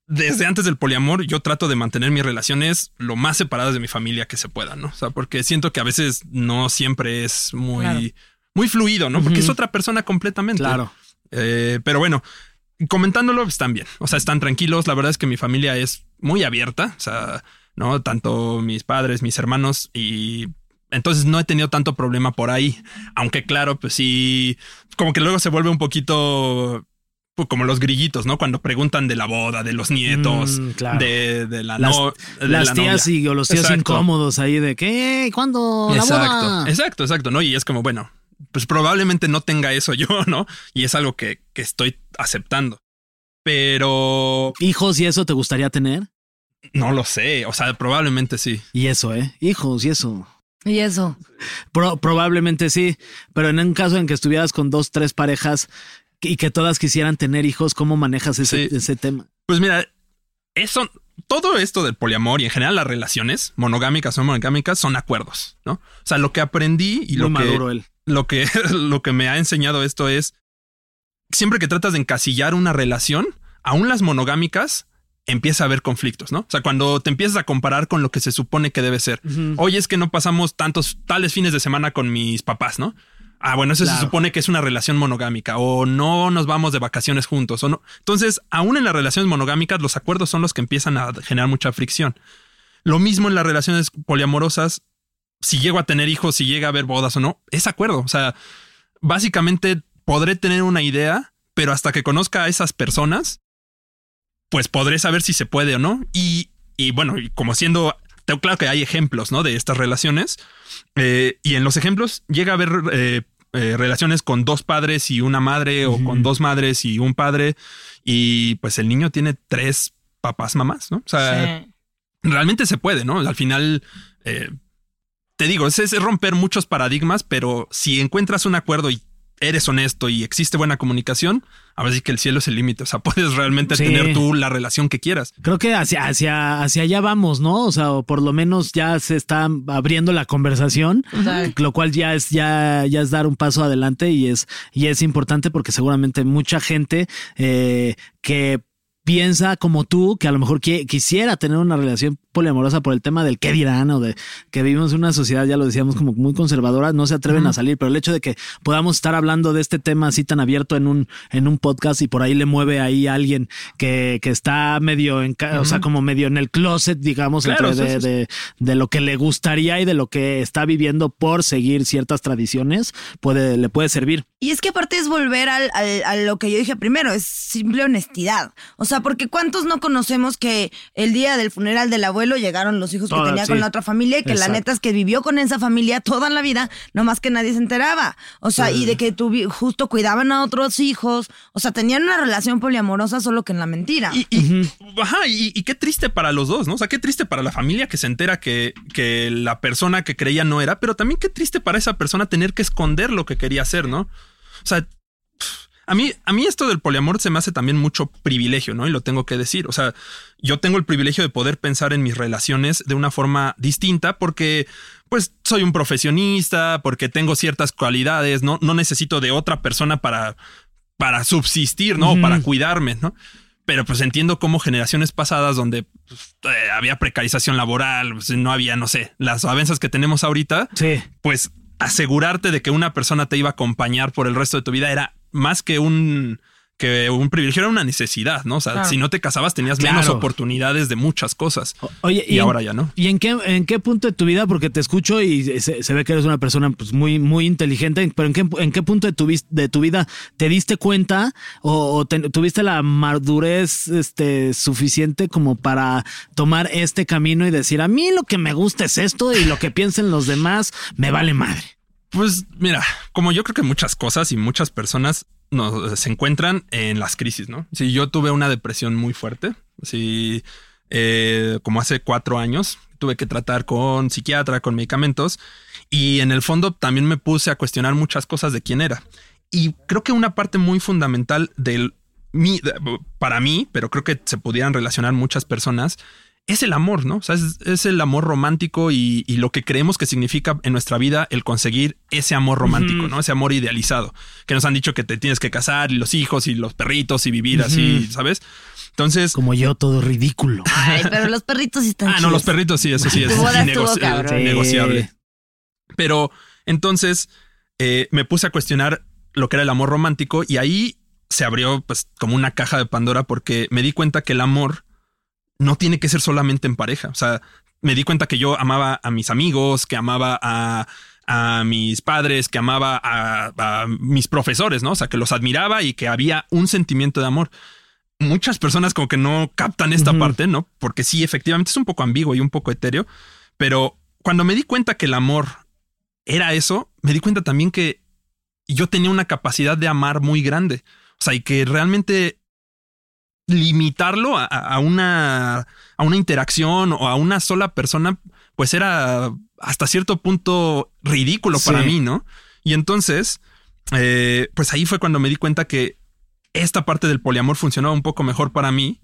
Speaker 5: desde antes del poliamor yo trato de mantener mis relaciones lo más separadas de mi familia que se pueda, ¿no? O sea, porque siento que a veces no siempre es muy,
Speaker 3: Claro.
Speaker 5: muy fluido, ¿no? Porque es otra persona completamente.
Speaker 2: Claro.
Speaker 5: Eh, pero bueno, comentándolo están bien, o sea, están tranquilos. La verdad es que mi familia es muy abierta, o sea, no tanto mis padres, mis hermanos y entonces no he tenido tanto problema por ahí. Aunque claro, pues sí, como que luego se vuelve un poquito pues, como los grillitos, ¿no? Cuando preguntan de la boda, de los nietos,
Speaker 2: Mm, claro.
Speaker 5: de, de la
Speaker 2: Las,
Speaker 5: no- de
Speaker 2: las
Speaker 5: la
Speaker 2: tías
Speaker 5: novia.
Speaker 2: y o los tíos
Speaker 5: Exacto.
Speaker 2: incómodos ahí de que, ¿cuándo? La
Speaker 5: Exacto,
Speaker 2: boda?
Speaker 5: exacto, exacto, ¿no? Y es como, bueno, pues probablemente no tenga eso yo, ¿no? Y es algo que, que estoy aceptando. Pero
Speaker 2: Hijos y eso te gustaría tener?
Speaker 5: no lo sé, o sea, probablemente sí.
Speaker 2: Y eso, ¿eh? Hijos y eso.
Speaker 3: Y eso.
Speaker 2: Pro- probablemente sí, pero en un caso en que estuvieras con dos, tres parejas y que todas quisieran tener hijos, ¿cómo manejas ese,
Speaker 5: Sí.
Speaker 2: ese tema?
Speaker 5: Pues mira, eso, todo esto del poliamor y en general las relaciones monogámicas o no monogámicas son acuerdos, ¿no? O sea, lo que aprendí y lo
Speaker 2: Muy
Speaker 5: que,
Speaker 2: maduro él.
Speaker 5: lo que, lo que me ha enseñado esto es siempre que tratas de encasillar una relación, aún las monogámicas, empieza a haber conflictos, ¿no? O sea, cuando te empiezas a comparar con lo que se supone que debe ser. Oye, es que no pasamos tantos tales fines de semana con mis papás, ¿no? Ah, bueno, eso se
Speaker 2: Claro.
Speaker 5: supone que es una relación monogámica o no nos vamos de vacaciones juntos o no. Entonces, aún en las relaciones monogámicas, los acuerdos son los que empiezan a generar mucha fricción. Lo mismo en las relaciones poliamorosas, si llego a tener hijos, si llega a haber bodas o no, es acuerdo. O sea, básicamente podré tener una idea, pero hasta que conozca a esas personas, pues podré saber si se puede o no. Y, y bueno, y como siendo, te- claro que hay ejemplos, ¿no? De estas relaciones. Eh, y en los ejemplos llega a haber eh, eh, relaciones con dos padres y una madre o con dos madres y un padre. Y pues el niño tiene tres papás, mamás, ¿no? O sea, realmente se puede, ¿no? Al final... eh, te digo, es, es romper muchos paradigmas, pero si encuentras un acuerdo y eres honesto y existe buena comunicación, ahora sí que el cielo es el límite. O sea, puedes realmente
Speaker 2: Sí.
Speaker 5: tener tú la relación que quieras.
Speaker 2: Creo que hacia, hacia, hacia allá vamos, ¿no? O sea, o por lo menos ya se está abriendo la conversación, lo cual ya es, ya, ya es dar un paso adelante y es, y es importante porque seguramente mucha gente eh, que piensa como tú, que a lo mejor qui- quisiera tener una relación poliamorosa por el tema del qué dirán o de que vivimos en una sociedad, ya lo decíamos, como muy conservadora, no se atreven a salir, pero el hecho de que podamos estar hablando de este tema así tan abierto en un, en un podcast y por ahí le mueve ahí a alguien que, que está medio en, ca- o sea, como medio en el closet, digamos,
Speaker 5: Claro,
Speaker 2: entre
Speaker 5: sí,
Speaker 2: de,
Speaker 5: sí, sí.
Speaker 2: de- de lo que le gustaría y de lo que está viviendo por seguir ciertas tradiciones, puede, le puede servir.
Speaker 3: Y es que aparte es volver al, al- a lo que yo dije primero, es simple honestidad. O sea, porque ¿cuántos no conocemos que el día del funeral del abuelo llegaron los hijos
Speaker 2: Todas,
Speaker 3: que tenía
Speaker 2: sí.
Speaker 3: con la otra familia y que
Speaker 2: Exacto.
Speaker 3: la neta es que vivió con esa familia toda la vida, nomás que nadie se enteraba? O sea, y de que tuvi- justo cuidaban a otros hijos, o sea, tenían una relación poliamorosa solo que en la mentira.
Speaker 5: Y, y- ajá, y- y qué triste para los dos, ¿no? O sea, qué triste para la familia que se entera que, que la persona que creía no era, pero también qué triste para esa persona tener que esconder lo que quería hacer, ¿no? O sea, pf, a mí, a mí esto del poliamor se me hace también mucho privilegio, ¿no? Y lo tengo que decir. O sea, yo tengo el privilegio de poder pensar en mis relaciones de una forma distinta porque, pues, soy un profesionista, porque tengo ciertas cualidades, ¿no? No necesito de otra persona para, para subsistir, ¿no? O Para cuidarme, ¿no? Pero pues entiendo cómo generaciones pasadas donde pues, eh, había precarización laboral, pues, no había, no sé, las avanzas que tenemos ahorita,
Speaker 2: Sí.
Speaker 5: pues asegurarte de que una persona te iba a acompañar por el resto de tu vida era más que un que un privilegio era una necesidad, ¿no? O sea, si no te casabas tenías menos
Speaker 2: Ah, Claro.
Speaker 5: oportunidades de muchas cosas.
Speaker 2: O- Oye,
Speaker 5: y,
Speaker 2: en-
Speaker 5: ahora ya no.
Speaker 2: ¿Y en qué, en qué punto de tu vida? Porque te escucho y se, se ve que eres una persona pues, muy, muy inteligente, pero ¿en qué, en qué punto de tu, vis- de tu vida te diste cuenta o, o te- tuviste la madurez este, suficiente como para tomar este camino y decir, a mí lo que me gusta es esto y lo que piensen los demás me vale madre?
Speaker 5: Pues mira, como yo creo que muchas cosas y muchas personas nos, eh, se encuentran en las crisis, ¿no? Si yo tuve una depresión muy fuerte, si como hace cuatro años tuve que tratar con psiquiatra, con medicamentos, y en el fondo también me puse a cuestionar muchas cosas de quién era. Y creo que una parte muy fundamental del mí- de- para mí, pero creo que se pudieran relacionar muchas personas, es el amor, ¿no? O sea, es, es el amor romántico y, y lo que creemos que significa en nuestra vida el conseguir ese amor romántico, ¿no? Ese amor idealizado, que nos han dicho que te tienes que casar y los hijos y los perritos y vivir así, ¿sabes? Entonces...
Speaker 2: Como yo, todo ridículo.
Speaker 3: Ay, pero los perritos sí están
Speaker 5: Ah, no,
Speaker 3: chidos.
Speaker 5: los perritos sí, eso sí es
Speaker 3: Tu boda estuvo
Speaker 5: innego-
Speaker 3: cabrón.
Speaker 5: eh, negociable. Pero entonces eh, me puse a cuestionar lo que era el amor romántico y ahí se abrió pues como una caja de Pandora porque me di cuenta que el amor no tiene que ser solamente en pareja. O sea, me di cuenta que yo amaba a mis amigos, que amaba a, a mis padres, que amaba a, a mis profesores, ¿no? O sea, que los admiraba y que había un sentimiento de amor. Muchas personas como que no captan esta parte, ¿no? Porque sí, efectivamente es un poco ambiguo y un poco etéreo, pero cuando me di cuenta que el amor era eso, me di cuenta también que yo tenía una capacidad de amar muy grande. O sea, y que realmente limitarlo a, a- a una, a una interacción o a una sola persona, pues era hasta cierto punto ridículo para
Speaker 2: Sí.
Speaker 5: mí, ¿no? Y entonces, eh, pues ahí fue cuando me di cuenta que esta parte del poliamor funcionaba un poco mejor para mí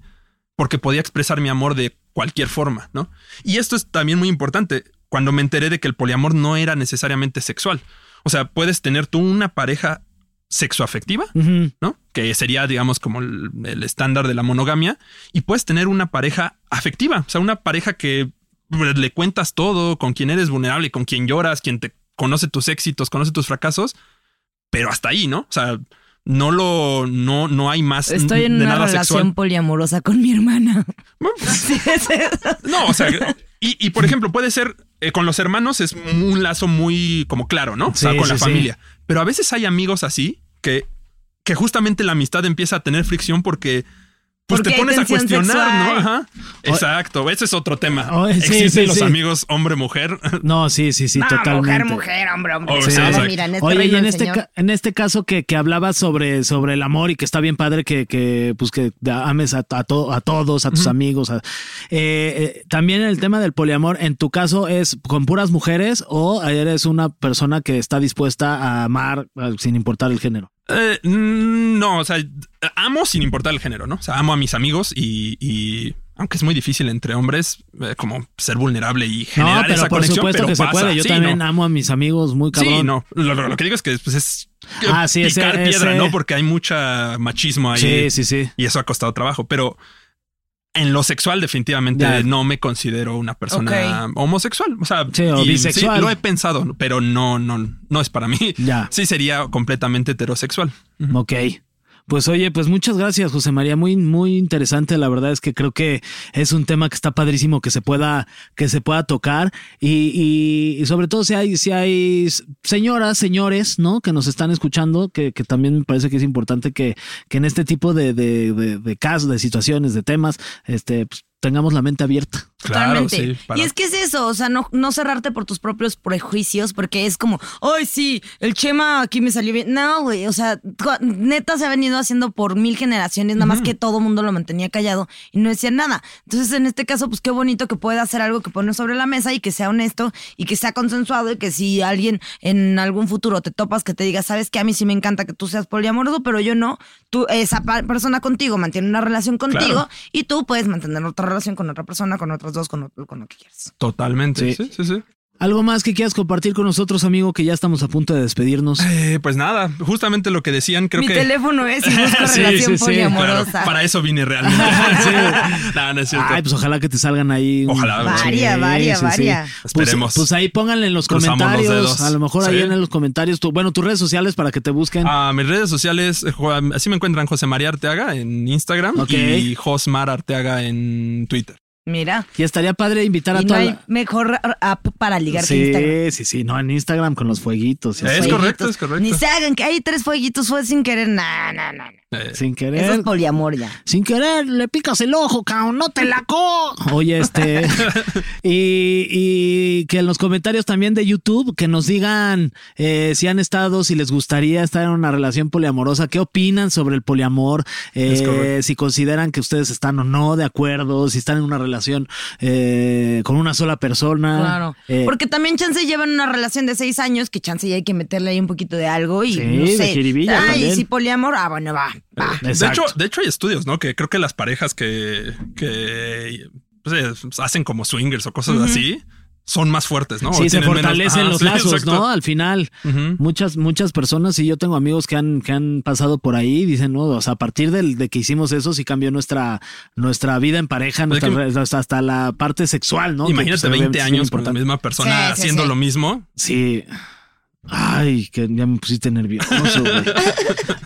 Speaker 5: porque podía expresar mi amor de cualquier forma, ¿no? Y esto es también muy importante cuando me enteré de que el poliamor no era necesariamente sexual. O sea, puedes tener tú una pareja sexoafectiva,
Speaker 2: Ujú.
Speaker 5: ¿no? Que sería, digamos, como el, el estándar de la monogamia, y puedes tener una pareja afectiva, o sea, una pareja que pues, le cuentas todo, con quien eres vulnerable, con quien lloras, quien te conoce tus éxitos, conoce tus fracasos, pero hasta ahí, ¿no? O sea, no lo, no, no hay más
Speaker 3: Estoy en
Speaker 5: de
Speaker 3: una
Speaker 5: nada
Speaker 3: relación
Speaker 5: sexual. pues,
Speaker 3: poliamorosa con mi hermana. Sí, es eso.
Speaker 5: No, o sea, y, y, por ejemplo, puede ser eh, con los hermanos es un lazo muy como claro, ¿no? O sea,
Speaker 2: Sí,
Speaker 5: con
Speaker 2: sí,
Speaker 5: la
Speaker 2: sí.
Speaker 5: familia. Pero a veces hay amigos así que, que justamente la amistad empieza a tener fricción porque. Pues
Speaker 3: Porque
Speaker 5: te
Speaker 3: hay
Speaker 5: pones a
Speaker 3: tensión
Speaker 5: cuestionar, ¿no?
Speaker 3: sexual.
Speaker 5: Ajá. Exacto. Ese es otro tema.
Speaker 2: Oh, sí,
Speaker 5: Existen
Speaker 2: sí,
Speaker 5: los
Speaker 2: sí.
Speaker 5: amigos hombre-mujer.
Speaker 2: No, sí, sí, sí,
Speaker 3: No,
Speaker 2: totalmente.
Speaker 3: mujer, Ah, mujer, hombre, hombre.
Speaker 5: Oh,
Speaker 3: se
Speaker 5: sí,
Speaker 3: acabó,
Speaker 5: exacto.
Speaker 3: mira, en este
Speaker 2: Oye, y
Speaker 3: reino
Speaker 2: en
Speaker 3: del
Speaker 2: este,
Speaker 3: Señor.
Speaker 2: ca- en este caso que, que hablabas sobre, sobre el amor y que está bien padre que, que, pues que da- ames a, a to- a todos, a tus amigos. a- eh, eh, también el tema del poliamor, en tu caso es con puras mujeres o eres una persona que está dispuesta a amar eh, sin importar el género.
Speaker 5: Eh, mm, no, o sea, amo sin importar el género, ¿no? O sea, amo a mis amigos y, y aunque es muy difícil entre hombres, eh, como ser vulnerable y generar
Speaker 2: no, pero
Speaker 5: esa
Speaker 2: por
Speaker 5: conexión,
Speaker 2: supuesto
Speaker 5: pero
Speaker 2: que
Speaker 5: pasa.
Speaker 2: se puede. Yo
Speaker 5: Sí,
Speaker 2: también
Speaker 5: no.
Speaker 2: amo a mis amigos muy cabrón.
Speaker 5: Sí, no. Lo, lo que digo es que pues, es que
Speaker 2: Ah, sí, ese-
Speaker 5: picar piedra,
Speaker 2: ese-
Speaker 5: ¿no? Porque hay mucha machismo ahí.
Speaker 2: sí, sí, sí.
Speaker 5: Y eso ha costado trabajo. Pero en lo sexual, definitivamente
Speaker 2: Ya.
Speaker 5: no me considero una persona homosexual. O sea,
Speaker 2: Sí, o
Speaker 5: y
Speaker 2: bisexual.
Speaker 5: sí, lo he pensado, pero no, no, no es para mí.
Speaker 2: Ya.
Speaker 5: Sí, sería completamente heterosexual.
Speaker 2: Ok. Pues oye, pues muchas gracias, José María. Muy, muy interesante. La verdad es que creo que es un tema que está padrísimo que se pueda, que se pueda tocar. Y, y- y sobre todo si hay, si hay s- señoras, señores, ¿no? Que nos están escuchando, que, que también me parece que es importante que, que en este tipo de, de, de- de casos, de situaciones, de temas, este, pues, tengamos la mente abierta.
Speaker 5: Claro,
Speaker 3: Totalmente.
Speaker 5: sí. para-
Speaker 3: Y es que es eso, o sea, no, no cerrarte por tus propios prejuicios, porque es como, ay, sí, el chema aquí me salió bien. No, güey, o sea, cu- neta se ha venido haciendo por mil generaciones, nada más que todo mundo lo mantenía callado y no decía nada. Entonces, en este caso, pues qué bonito que pueda hacer algo que poner sobre la mesa y que sea honesto y que sea consensuado y que si alguien en algún futuro te topas que te diga, sabes que a mí sí me encanta que tú seas poliamoroso, pero yo no, tú, esa pa- persona contigo mantiene una relación contigo
Speaker 5: Claro.
Speaker 3: y tú puedes mantener otra relación con otra persona, con otras dos, con, lo- con lo que quieras.
Speaker 5: Totalmente.
Speaker 2: Sí.
Speaker 5: Sí, sí, sí.
Speaker 2: ¿Algo más que quieras compartir con nosotros, amigo? Que ya estamos a punto de despedirnos.
Speaker 5: Eh, pues nada, justamente lo que decían, creo
Speaker 3: Mi
Speaker 5: que.
Speaker 3: teléfono es y busco
Speaker 2: Sí,
Speaker 3: relación
Speaker 2: sí, sí,
Speaker 5: Claro,
Speaker 3: poliamorosa.
Speaker 5: para eso vine realmente. No, no es cierto.
Speaker 2: Ay, pues ojalá que te salgan ahí. un-
Speaker 5: Ojalá.
Speaker 3: Varia, varia, varia.
Speaker 2: Pues-
Speaker 5: Esperemos.
Speaker 2: Pues, ahí pónganle en los
Speaker 5: Cruzamos los
Speaker 2: comentarios.
Speaker 5: dedos.
Speaker 2: A lo mejor
Speaker 5: Sí. Ah.
Speaker 2: ahí en los comentarios. tu- bueno, tus redes sociales para que te busquen.
Speaker 5: A mis redes sociales, eh, jo- así me encuentran José María Arteaga en Instagram
Speaker 2: Ok.
Speaker 5: y Josmar Arteaga en Twitter.
Speaker 3: Mira,
Speaker 2: Y estaría padre invitar a
Speaker 3: y no
Speaker 2: toda
Speaker 3: hay
Speaker 2: la-
Speaker 3: mejor app para ligar que Instagram.
Speaker 2: Sí, sí, sí. No, en Instagram con los fueguitos.
Speaker 5: Es
Speaker 2: y así,
Speaker 3: Fueguitos.
Speaker 5: correcto, es correcto.
Speaker 3: Ni se hagan que hay tres fueguitos, fue sin querer. No, no, no. no.
Speaker 2: Sin
Speaker 3: Eso
Speaker 2: querer.
Speaker 3: es poliamor ya.
Speaker 2: Sin querer, le picas el ojo, cabrón, no te la co. Oye, este. y, y que en los comentarios también de YouTube, que nos digan eh, si han estado, si les gustaría estar en una relación poliamorosa, qué opinan sobre el poliamor, eh,
Speaker 5: Es correcto.
Speaker 2: si consideran que ustedes están o no de acuerdo, si están en una relación eh, con una sola persona.
Speaker 3: Claro.
Speaker 2: Eh,
Speaker 3: Porque también chance llevan una relación de seis años que chance ya hay que meterle ahí un poquito de algo y
Speaker 2: Sí,
Speaker 3: no
Speaker 2: de
Speaker 3: sé.
Speaker 2: jiribilla
Speaker 3: Ay,
Speaker 2: también.
Speaker 3: si poliamor, ah, bueno, va, va.
Speaker 5: De
Speaker 2: exacto.
Speaker 5: hecho, de hecho hay estudios, ¿no? Que creo que las parejas que, que pues, eh, hacen como swingers o cosas así son más fuertes, ¿no?
Speaker 2: Sí,
Speaker 5: O
Speaker 2: se
Speaker 5: Oh, tienen menos-
Speaker 2: fortalecen
Speaker 5: Ajá,
Speaker 2: los
Speaker 5: sí,
Speaker 2: lazos,
Speaker 5: exacto.
Speaker 2: ¿no? Al final, muchas, muchas personas, y yo tengo amigos que han, que han pasado por ahí, y dicen, no, o sea, a partir del, de que hicimos eso, sí cambió nuestra, nuestra vida en pareja, nuestra
Speaker 5: Pues que-
Speaker 2: re- hasta, hasta la parte sexual, ¿no? Que,
Speaker 5: Imagínate
Speaker 2: pues,
Speaker 5: 20
Speaker 2: obviamente es bien
Speaker 5: años con la
Speaker 2: importante.
Speaker 5: misma persona
Speaker 3: Sí, sí,
Speaker 5: haciendo
Speaker 3: sí.
Speaker 5: lo mismo.
Speaker 2: Sí. Ay, que ya me pusiste nervioso. güey.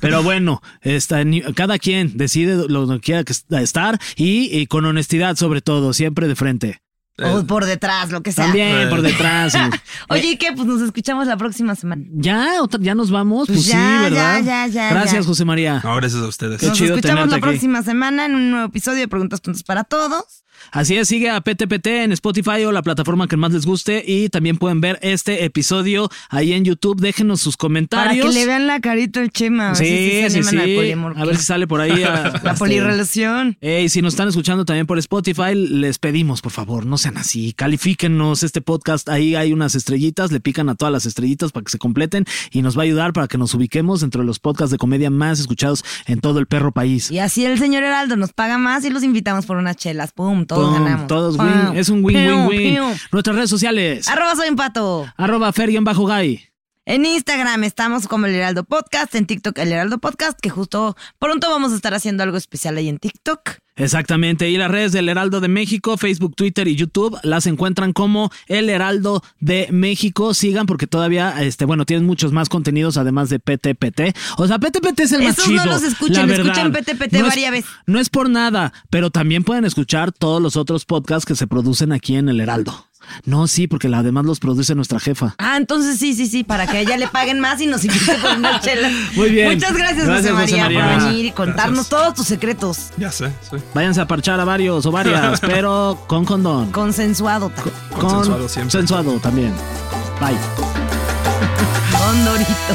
Speaker 2: Pero bueno, está en- cada quien decide lo que quiera que est- estar y, y con honestidad sobre todo, siempre de frente.
Speaker 3: O por detrás, lo que sea.
Speaker 2: Eh, También eh.
Speaker 5: Eh.
Speaker 2: por detrás. y-
Speaker 3: Oye, ¿y qué? Pues nos escuchamos la próxima semana.
Speaker 2: Ya, otra- ya nos vamos. Pues,
Speaker 3: Pues ya,
Speaker 2: sí, ¿verdad?
Speaker 3: ya, ya, ya,
Speaker 2: Gracias,
Speaker 3: ya.
Speaker 2: José María.
Speaker 5: No, gracias a ustedes.
Speaker 2: Qué
Speaker 3: Nos
Speaker 2: chido
Speaker 3: escuchamos
Speaker 2: tenerte
Speaker 3: la
Speaker 2: aquí.
Speaker 3: próxima semana en un nuevo episodio de Preguntas Tontas para Todos.
Speaker 2: Así es, sigue a PTPT en Spotify o la plataforma que más les guste. Y también pueden ver este episodio ahí en YouTube. Déjenos sus
Speaker 3: Para
Speaker 2: comentarios.
Speaker 3: que le vean la carita al Chema. a ver
Speaker 2: sí,
Speaker 3: si
Speaker 2: sí,
Speaker 3: se
Speaker 2: sí.
Speaker 3: animan al poliamor.
Speaker 2: A ver si sale por ahí. a-
Speaker 3: La
Speaker 2: este-
Speaker 3: polirrelación.
Speaker 2: Ey, si nos están escuchando también por Spotify, les pedimos, por favor, no sean así. Califíquenos este podcast. Ahí hay unas estrellitas, le pican a todas las estrellitas para que se completen y nos va a ayudar para que nos ubiquemos entre los podcasts de comedia más escuchados en todo el perro país.
Speaker 3: Y así el señor Heraldo nos paga más y los invitamos por unas chelas. Pum, todos
Speaker 2: Pum,
Speaker 3: ganamos.
Speaker 2: Todos
Speaker 3: Pum,
Speaker 2: win. Es un win,
Speaker 3: piu,
Speaker 2: win, win.
Speaker 3: piu.
Speaker 2: Nuestras redes sociales.
Speaker 3: Arroba soy un pato.
Speaker 2: Arroba Fer-Gay.
Speaker 3: En Instagram estamos como el Heraldo Podcast, en TikTok el Heraldo Podcast, que justo pronto vamos a estar haciendo algo especial ahí en TikTok.
Speaker 2: Exactamente, y las redes del Heraldo de México, Facebook, Twitter y YouTube, las encuentran como El Heraldo de México. Sigan porque todavía, este, bueno, tienen muchos más contenidos además de PTPT. O sea, PTPT es el más
Speaker 3: Esos
Speaker 2: chido.
Speaker 3: no los
Speaker 2: la
Speaker 3: escuchen,
Speaker 2: verdad.
Speaker 3: escuchen PTPT
Speaker 2: No es-
Speaker 3: varias veces.
Speaker 2: No es por nada, pero también pueden escuchar todos los otros podcasts que se producen aquí en El Heraldo. No, sí, porque la- además los produce nuestra jefa.
Speaker 3: Ah, entonces sí, sí, sí, para que a ella le paguen más y nos invite por una chela.
Speaker 2: Muy bien.
Speaker 3: Muchas gracias,
Speaker 2: Gracias,
Speaker 3: José,
Speaker 2: José
Speaker 3: María,
Speaker 2: María.
Speaker 3: por venir y
Speaker 5: Gracias.
Speaker 3: contarnos todos tus secretos.
Speaker 5: Ya sé, sí.
Speaker 2: Váyanse a parchar a varios o varias, pero con condón.
Speaker 3: Consensuado, ta-
Speaker 5: Consensuado siempre.
Speaker 2: Consensuado también. Bye.
Speaker 3: con Dorito.